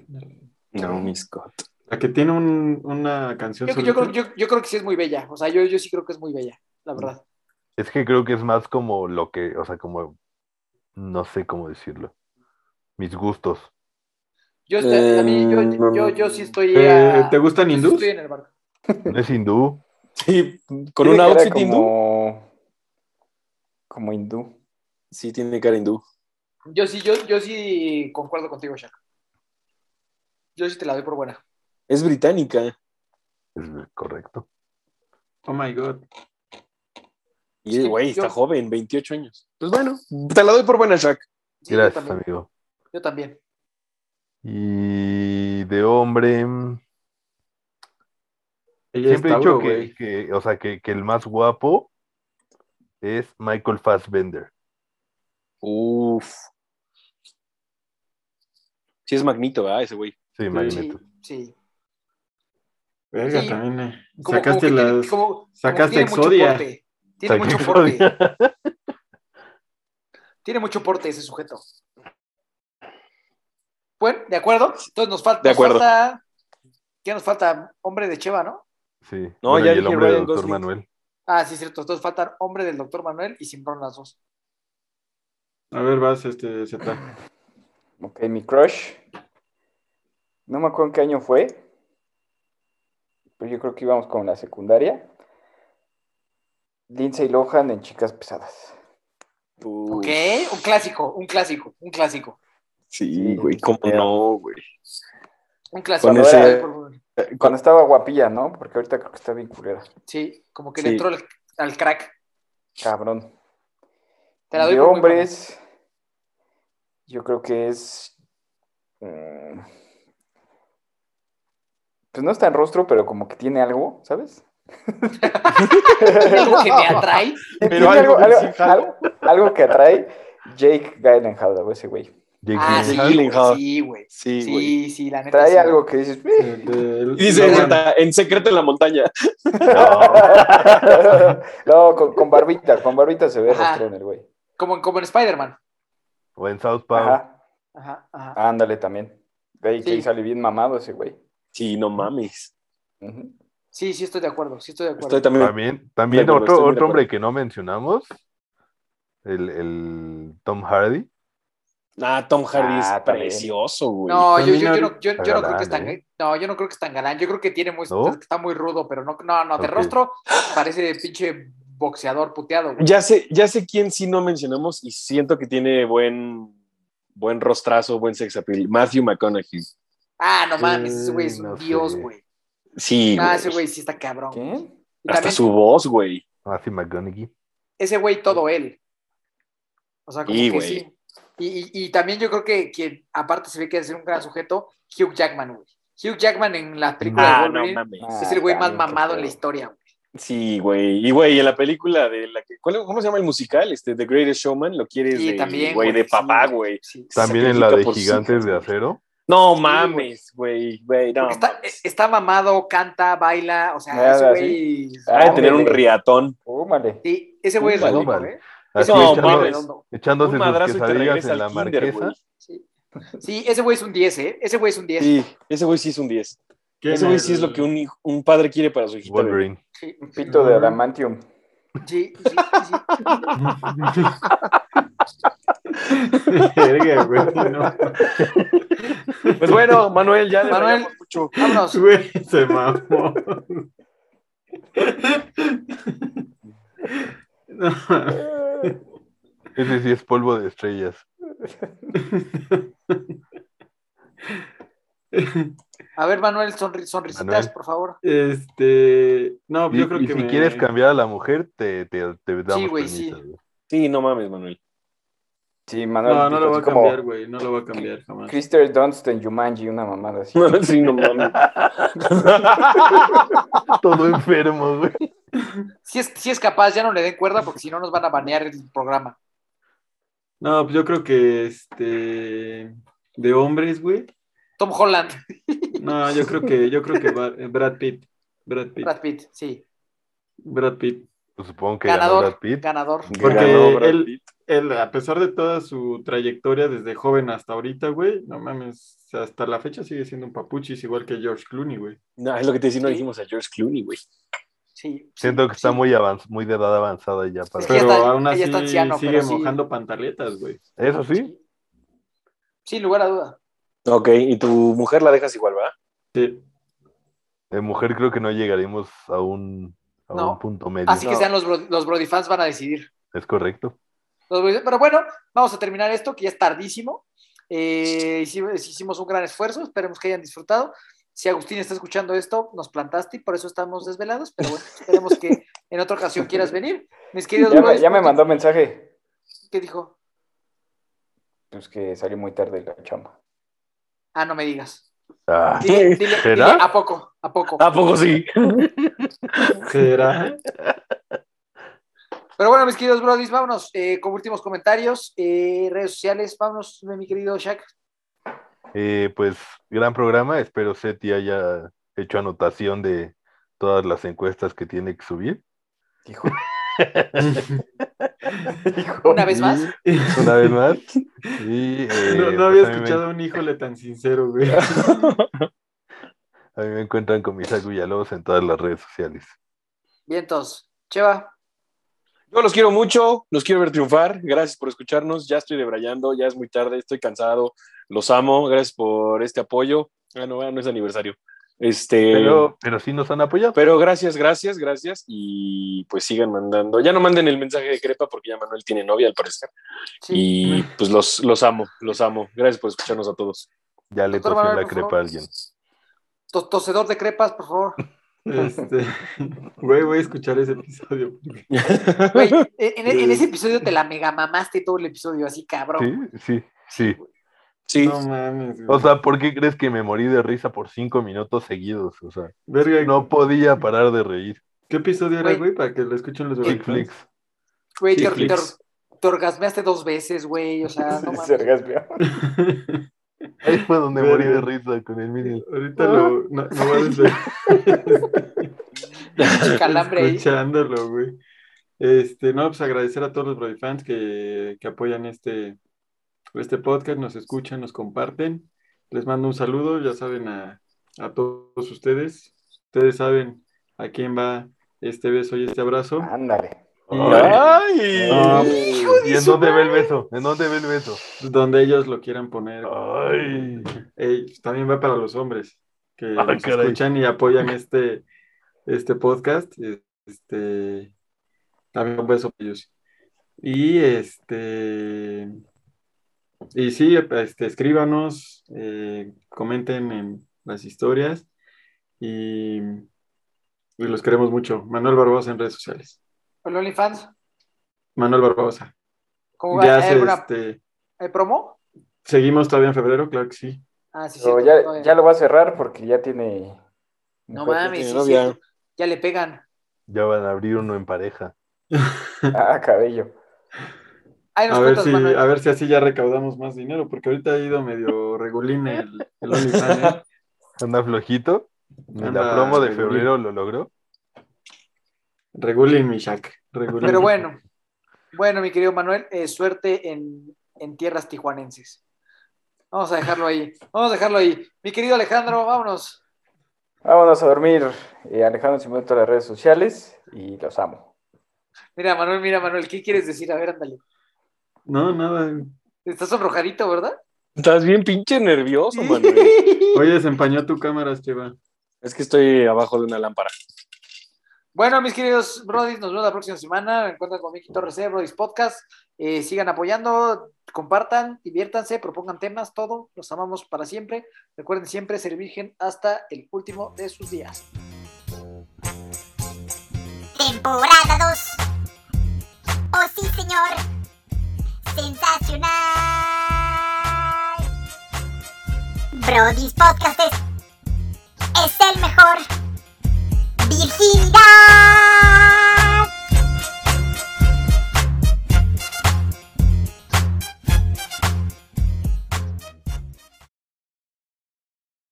Speaker 5: No, mi Scott.
Speaker 3: La que tiene un- una canción.
Speaker 2: Yo, yo creo, yo- yo creo que sí es muy bella. O sea, yo, yo sí creo que es muy bella, la verdad.
Speaker 4: Es que creo que es más como lo que, o sea, como, no sé cómo decirlo. Mis gustos.
Speaker 2: Yo, este- a mí-
Speaker 6: Eh,
Speaker 2: yo, yo, yo, yo sí estoy. eh,
Speaker 3: ¿Te gustan
Speaker 2: yo sí
Speaker 3: hindús?
Speaker 2: Estoy en el barco.
Speaker 4: No es hindú.
Speaker 5: Sí, con
Speaker 6: Tiene
Speaker 5: un
Speaker 6: cara
Speaker 5: outfit
Speaker 6: como...
Speaker 5: hindú.
Speaker 6: Como hindú.
Speaker 5: Sí, tiene cara hindú.
Speaker 2: Yo sí, yo, yo sí concuerdo contigo, Shaq. Yo sí te la doy por buena.
Speaker 5: Es británica.
Speaker 4: Es correcto.
Speaker 3: Oh my god.
Speaker 5: Y
Speaker 2: Sí,
Speaker 5: güey,
Speaker 2: yo-
Speaker 5: está joven, 28 años. Pues bueno, te la doy por buena, Shaq.
Speaker 2: Sí, yo
Speaker 4: Gracias,
Speaker 2: también.
Speaker 4: amigo.
Speaker 2: Yo también.
Speaker 4: Y de hombre, mm,
Speaker 3: Ella
Speaker 4: Siempre he
Speaker 3: es Tauro,
Speaker 4: dicho que,
Speaker 3: güey.
Speaker 4: que, o sea, que, que el más guapo es Michael Fassbender.
Speaker 5: Uf. Sí, es Magneto, ¿verdad? Ese güey.
Speaker 4: Sí,
Speaker 2: Sí,
Speaker 4: Magneto.
Speaker 2: sí.
Speaker 3: Verga,
Speaker 2: Sí.
Speaker 3: también. eh.
Speaker 2: Como-
Speaker 3: Sacaste
Speaker 2: como que tiene-
Speaker 3: las.
Speaker 2: como- como que
Speaker 3: sacaste
Speaker 2: tiene mucho
Speaker 3: Exodia.
Speaker 2: porte. Tiene
Speaker 4: O
Speaker 2: mucho
Speaker 4: sea, que-
Speaker 2: porte. Tiene mucho porte ese sujeto. Bueno, ¿de acuerdo? Entonces nos falta.
Speaker 5: De acuerdo.
Speaker 2: Nos falta ¿Qué nos falta? Hombre de Cheva, ¿no?
Speaker 4: Sí.
Speaker 5: No,
Speaker 4: Bueno,
Speaker 5: ya
Speaker 4: y el
Speaker 5: dije
Speaker 4: hombre del
Speaker 5: Ryan
Speaker 4: doctor
Speaker 5: Gosling.
Speaker 4: Manuel.
Speaker 2: Ah, sí, cierto. Entonces faltan hombre del doctor Manuel y Simbrón las dos.
Speaker 3: A ver, vas, este, Z.
Speaker 6: Ok, mi crush. No me acuerdo en qué año fue. Pero yo creo que íbamos con la secundaria. Lindsay Lohan en Chicas Pesadas.
Speaker 5: Uf.
Speaker 2: Ok, un clásico, un clásico, un clásico.
Speaker 5: Sí, güey, cómo no, güey.
Speaker 2: Un clásico.
Speaker 5: Con
Speaker 6: ese-
Speaker 2: Ay, por favor.
Speaker 6: Cuando estaba guapilla, ¿no? Porque ahorita creo que está bien culera.
Speaker 2: Sí, como que
Speaker 5: Sí.
Speaker 2: le entró al, al crack.
Speaker 6: Cabrón.
Speaker 2: Te la doy
Speaker 6: de
Speaker 2: por muy
Speaker 6: hombres, yo creo que es. mm, Pues no está en rostro, pero como que tiene algo, ¿sabes?
Speaker 2: buena. Algo que me atrae.
Speaker 6: Tiene algo, algo, algo- algo que atrae Jake Gyllenhaal, o ese güey.
Speaker 4: Jake
Speaker 2: Ah, sí, güey,
Speaker 4: Gyllenhaal.
Speaker 5: Gyllenhaal.
Speaker 2: sí, güey.
Speaker 5: Sí, güey.
Speaker 2: Sí, sí, la neta.
Speaker 6: Trae
Speaker 2: sí.
Speaker 6: algo que dices. "Eh".
Speaker 3: Eh, del-
Speaker 5: Y dice,
Speaker 3: Logan.
Speaker 5: "Neta, en secreto en la montaña.
Speaker 4: No.
Speaker 6: no, con, con barbita, con barbita se ve
Speaker 2: Ajá.
Speaker 6: rostro en el güey.
Speaker 2: Como, en- como en Spider-Man.
Speaker 4: O en South Park.
Speaker 6: Ajá.
Speaker 2: Ajá, ajá.
Speaker 6: Ándale también. De ahí que
Speaker 2: Sí.
Speaker 6: ahí sale bien mamado ese güey.
Speaker 5: Sí, no mames.
Speaker 6: Ujú.
Speaker 2: Sí, sí, estoy de acuerdo, sí estoy de acuerdo.
Speaker 5: Estoy también.
Speaker 4: También, también
Speaker 5: De acuerdo,
Speaker 4: otro,
Speaker 5: estoy muy de
Speaker 4: otro hombre
Speaker 5: acuerdo.
Speaker 4: que no mencionamos, el, el Tom Hardy.
Speaker 5: Ah, Tom Hardy
Speaker 6: Ah,
Speaker 5: es
Speaker 6: también.
Speaker 5: precioso, güey.
Speaker 2: No, yo, yo,
Speaker 3: También
Speaker 2: yo no,
Speaker 3: ahorita-
Speaker 2: yo- yo no creo
Speaker 4: galán,
Speaker 2: que es tan,
Speaker 4: ¿eh?
Speaker 2: no, yo no creo que es tan galán. Yo creo que tiene muy,
Speaker 4: ¿No?
Speaker 2: está muy rudo, pero no, no, no, de
Speaker 4: Ok.
Speaker 2: rostro parece de pinche boxeador puteado. güey.
Speaker 5: Ya sé, ya sé quién sí no mencionamos y siento que tiene buen, buen rostrazo, buen sex appeal. Matthew McConaughey.
Speaker 2: Ah, no mames, ese güey es
Speaker 4: Sí,
Speaker 2: un
Speaker 4: no
Speaker 2: dios,
Speaker 4: sé.
Speaker 2: güey.
Speaker 5: Sí,
Speaker 2: Ah,
Speaker 5: güey.
Speaker 2: ese güey sí está cabrón.
Speaker 6: ¿Qué?
Speaker 2: Y
Speaker 5: hasta
Speaker 2: también
Speaker 5: su voz, güey.
Speaker 4: Matthew McConaughey.
Speaker 2: ese güey todo él. O sea, como
Speaker 5: Sí,
Speaker 2: que
Speaker 5: güey.
Speaker 2: sí. Y, y- y también yo creo que quien, aparte se ve que es un gran sujeto, Hugh Jackman, güey. Hugh Jackman en las películas
Speaker 5: Ah,
Speaker 2: de
Speaker 5: no
Speaker 2: Wolverine
Speaker 5: mames.
Speaker 2: es el güey
Speaker 6: Ah,
Speaker 2: más
Speaker 6: también, qué
Speaker 2: mamado en
Speaker 6: feo.
Speaker 2: la historia, güey.
Speaker 5: Sí, güey. Y güey, en la película de la que, ¿cuál- ¿cómo se llama el musical? Este, The Greatest Showman, lo quieres
Speaker 2: Sí,
Speaker 5: de,
Speaker 2: también,
Speaker 5: güey, de
Speaker 2: sí,
Speaker 5: papá, güey.
Speaker 2: sí.
Speaker 5: Se
Speaker 4: También en la
Speaker 5: sacrifica
Speaker 4: de
Speaker 5: por sus
Speaker 4: Gigantes
Speaker 5: hijas,
Speaker 4: de
Speaker 5: güey.
Speaker 4: Acero.
Speaker 5: No
Speaker 2: Sí,
Speaker 5: mames, güey, güey, no.
Speaker 2: Porque está,
Speaker 5: mames.
Speaker 2: está mamado, canta, baila, o sea,
Speaker 6: Nada,
Speaker 2: ese güey.
Speaker 5: Ha de
Speaker 6: Hombre,
Speaker 5: tener un
Speaker 6: güey.
Speaker 5: riatón.
Speaker 6: Fúmale.
Speaker 2: Sí, ese güey es
Speaker 5: Vale,
Speaker 2: redondo,
Speaker 4: vale.
Speaker 2: ¿eh?
Speaker 4: Así
Speaker 5: No,
Speaker 4: echando-
Speaker 5: mames.
Speaker 2: redondo.
Speaker 4: echándose
Speaker 5: Un
Speaker 4: sus
Speaker 5: madrazo y te
Speaker 4: quesadillas
Speaker 5: regresa
Speaker 4: en la
Speaker 5: al kinder,
Speaker 4: marquesa.
Speaker 5: güey.
Speaker 2: Sí. Sí, ese güey es un 10, ¿eh? Ese güey es un 10.
Speaker 5: Sí, ese güey sí es un 10.
Speaker 3: ¿Quién
Speaker 5: Ese güey sí es lo que un, hijo- un padre quiere para su hijita. güey.
Speaker 4: Wolverine.
Speaker 2: Sí,
Speaker 6: Pito de adamantium.
Speaker 2: sí, sí, sí.
Speaker 3: Verga, güey, no.
Speaker 5: Pues bueno, Manuel, ya
Speaker 2: Manuel.
Speaker 5: Manuel. mucho.
Speaker 2: Vámonos.
Speaker 3: Güey, se mamó. No,
Speaker 4: Ese sí es polvo de estrellas.
Speaker 2: A ver, Manuel, sonri- sonrisitas,
Speaker 4: Manuel.
Speaker 2: por favor.
Speaker 3: este, no,
Speaker 4: Y,
Speaker 3: yo creo
Speaker 4: y
Speaker 3: que
Speaker 4: si
Speaker 3: me-
Speaker 4: quieres cambiar a la mujer, te, te, te damos
Speaker 2: güey,
Speaker 4: permiso.
Speaker 2: sí.
Speaker 4: güey.
Speaker 5: Sí, no mames, Manuel.
Speaker 6: Sí, Manuel.
Speaker 3: No, no
Speaker 6: Pito,
Speaker 3: lo voy a
Speaker 6: así como
Speaker 3: cambiar, güey, no lo voy a cambiar jamás.
Speaker 6: Krister Dunst en Jumanji, una mamada así.
Speaker 5: sí, no mames.
Speaker 4: Todo enfermo, güey.
Speaker 2: Si es, si es capaz, ya no le den cuerda porque si no nos van a banear el programa.
Speaker 3: No, pues yo creo que este de hombres, güey.
Speaker 2: Tom Holland,
Speaker 3: No, yo creo que yo creo que Bar- eh, Brad Pitt, Brad Pitt,
Speaker 2: Brad Pitt, sí.
Speaker 3: Brad Pitt.
Speaker 4: Pues supongo que ganó
Speaker 2: Ganador,
Speaker 4: Brad Pitt.
Speaker 2: ganador.
Speaker 3: Porque
Speaker 5: Ganó Brad
Speaker 3: él-
Speaker 5: Pitt.
Speaker 3: Él, a pesar de toda su trayectoria desde joven hasta ahorita, güey, no mames, hasta la fecha sigue siendo un papuchis igual que George Clooney, güey.
Speaker 5: No, es lo que te decía, no dijimos a George Clooney, güey.
Speaker 2: Sí, sí,
Speaker 4: Siento que está
Speaker 2: sí.
Speaker 4: muy avanz- muy de edad avanzada ya para.
Speaker 2: que- ya
Speaker 3: Pero
Speaker 2: está-
Speaker 3: aún
Speaker 2: ya
Speaker 3: así
Speaker 2: está anciano,
Speaker 3: sigue
Speaker 2: pero sí.
Speaker 3: mojando pantaletas, güey.
Speaker 4: Eso sí,
Speaker 2: Sin lugar a duda.
Speaker 5: Ok, y tu mujer la dejas igual, ¿verdad?
Speaker 3: Sí.
Speaker 4: de mujer creo que no llegaremos a un, a
Speaker 2: No.
Speaker 4: un punto medio.
Speaker 2: Así que
Speaker 5: No.
Speaker 2: sean los, Bro- los Brody fans van a decidir.
Speaker 4: Es correcto.
Speaker 2: Los Brody- pero bueno, vamos a terminar esto que ya es tardísimo. Eh, hicimos, hicimos un gran esfuerzo, esperemos que hayan disfrutado. Si Agustín está escuchando esto, nos plantaste y por eso estamos desvelados, pero bueno, esperemos que en otra ocasión quieras venir. Mis queridos
Speaker 6: Ya, me-
Speaker 2: Brody,
Speaker 6: ya me mandó mensaje.
Speaker 2: ¿Qué dijo?
Speaker 6: Pues que salió muy tarde la chamba.
Speaker 2: Ah, no me digas.
Speaker 4: Ah,
Speaker 2: Dile, dile-
Speaker 4: ¿Será?
Speaker 2: dile, ¿a poco? ¿A ¿A poco?
Speaker 5: ¿A poco sí?
Speaker 3: ¿Será?
Speaker 2: Pero bueno, mis queridos brodis, vámonos eh, con últimos comentarios, eh, redes sociales, vámonos, mi querido Shaq.
Speaker 4: Eh, pues gran programa, espero Seti haya hecho anotación de todas las encuestas que tiene que subir.
Speaker 6: Hijo. Hijo.
Speaker 2: Una vez más.
Speaker 4: Una vez más. Y, eh,
Speaker 3: No,
Speaker 4: pues,
Speaker 3: no había
Speaker 4: a mí me-
Speaker 3: escuchado a un híjole tan sincero, güey.
Speaker 4: a mí me encuentran con Isaac Villalobos en todas las redes sociales.
Speaker 2: Bien, entonces, Cheva,
Speaker 5: Yo los quiero mucho, los quiero ver triunfar. Gracias por escucharnos. Ya estoy debrayando, ya es muy tarde, estoy cansado. Los amo, gracias por este apoyo. Ah, no, ah, no es aniversario. Este, pero,
Speaker 4: Pero, Eh, pero sí nos han apoyado.
Speaker 5: gracias, gracias, gracias. Y pues sigan mandando. Ya no manden el mensaje de crepa porque ya Manuel tiene novia al parecer.
Speaker 2: sí.
Speaker 5: Y pues los, los amo, los amo. Gracias por escucharnos a todos.
Speaker 4: Ya le
Speaker 2: Doctor
Speaker 4: tosió
Speaker 2: Manuel,
Speaker 4: la
Speaker 2: por
Speaker 4: crepa
Speaker 2: favor.
Speaker 4: a alguien.
Speaker 2: to- tocedor de crepas, por favor.
Speaker 3: Este, güey, voy a escuchar ese episodio.
Speaker 2: Güey, e, en, en- en ese episodio te la mega mamaste todo el episodio, así cabrón.
Speaker 4: Sí, sí, sí.
Speaker 5: Sí,
Speaker 3: No mames, güey.
Speaker 4: O sea, ¿por qué crees que me morí de risa por cinco minutos seguidos? O sea,
Speaker 3: Verga,
Speaker 4: no podía parar de reír.
Speaker 3: ¿qué episodio era,
Speaker 2: Güey.
Speaker 3: güey? Para que lo escuchen los
Speaker 4: Kick
Speaker 3: Brody fans.
Speaker 4: flicks.
Speaker 2: Güey, te,
Speaker 5: Sí,
Speaker 2: or-
Speaker 5: Flix.
Speaker 2: te or- te orgasmeaste dos veces, güey, o sea, Ah, no
Speaker 6: Se
Speaker 2: mames.
Speaker 6: orgasmeó.
Speaker 4: Ahí fue donde
Speaker 3: Verga.
Speaker 4: morí de risa con el mini.
Speaker 3: Ahorita lo. No, no vales la-
Speaker 2: Pinche calambre ahí.
Speaker 3: Escuchándolo, güey. Este, no, pues agradecer a todos los Brody fans que, que apoyan este, este podcast, nos escuchan, nos comparten. Les mando un saludo, ya saben, a, a todos ustedes. Ustedes saben a quién va este beso y este abrazo.
Speaker 2: Ah,
Speaker 6: Ándale.
Speaker 5: Ay.
Speaker 3: Ah,
Speaker 4: pues, ¿Y en dónde ve el beso? ¿En dónde ve el beso?
Speaker 3: donde ellos lo quieran poner.
Speaker 4: Ay.
Speaker 3: Ey, también va para los hombres que
Speaker 4: Ah,
Speaker 3: nos
Speaker 4: caray.
Speaker 3: escuchan y apoyan este, este podcast. Este, también un beso para ellos. Y este. Y sí, este, escríbanos, eh, comenten en las historias y, y los queremos mucho. Manuel Barbosa en redes sociales.
Speaker 2: Hola, OnlyFans.
Speaker 3: Manuel Barbosa.
Speaker 2: ¿Cómo va?
Speaker 3: Ya
Speaker 2: ¿Hay,
Speaker 3: se,
Speaker 2: alguna-
Speaker 3: este,
Speaker 2: ¿Hay promo?
Speaker 3: seguimos todavía en febrero, claro que sí.
Speaker 2: Ah, sí, sí.
Speaker 6: Pero ya, ya lo va a cerrar porque ya tiene.
Speaker 2: No
Speaker 6: mujer.
Speaker 2: mames, sí,
Speaker 5: novia.
Speaker 2: cierto. ya le pegan.
Speaker 4: Ya van a abrir uno en pareja.
Speaker 6: Ah, cabello.
Speaker 2: Ahí nos
Speaker 3: A ver,
Speaker 2: cuentas,
Speaker 3: si,
Speaker 2: Manuel.
Speaker 3: a ver si así ya recaudamos más dinero, porque ahorita ha ido medio regulín el, el OnlyFans, ¿eh?
Speaker 4: Anda flojito. Ni
Speaker 3: Anda,
Speaker 4: la promo de
Speaker 3: güey.
Speaker 4: febrero lo logró.
Speaker 3: Regulín, mi Shaq. Regulín.
Speaker 2: Pero bueno, bueno, mi querido Manuel, eh, suerte en, en tierras tijuanenses. Vamos a dejarlo ahí, vamos a dejarlo ahí. Mi querido Alejandro, vámonos.
Speaker 6: Vámonos a dormir. Eh, Alejandro Simón en todas las redes sociales y los amo.
Speaker 2: Mira, Manuel, mira, Manuel, ¿qué quieres decir? A ver, ándale.
Speaker 3: No, nada.
Speaker 2: Estás sonrojadito, ¿verdad?
Speaker 5: Estás bien pinche nervioso, Manuel.
Speaker 3: Oye, desempañó tu cámara, Esteban.
Speaker 5: Es que estoy abajo de una lámpara.
Speaker 2: Bueno, mis queridos Brodis, nos vemos la próxima semana. Me encuentran con Miki Torres, eh, Brodis Podcast. Eh, sigan apoyando, compartan, diviértanse, propongan temas, todo. Los amamos para siempre. Recuerden siempre ser virgen hasta el último de sus días.
Speaker 1: Temporada 2. Oh sí, señor. Sensacional. Brody's Podcast es, es el mejor. Virginidad.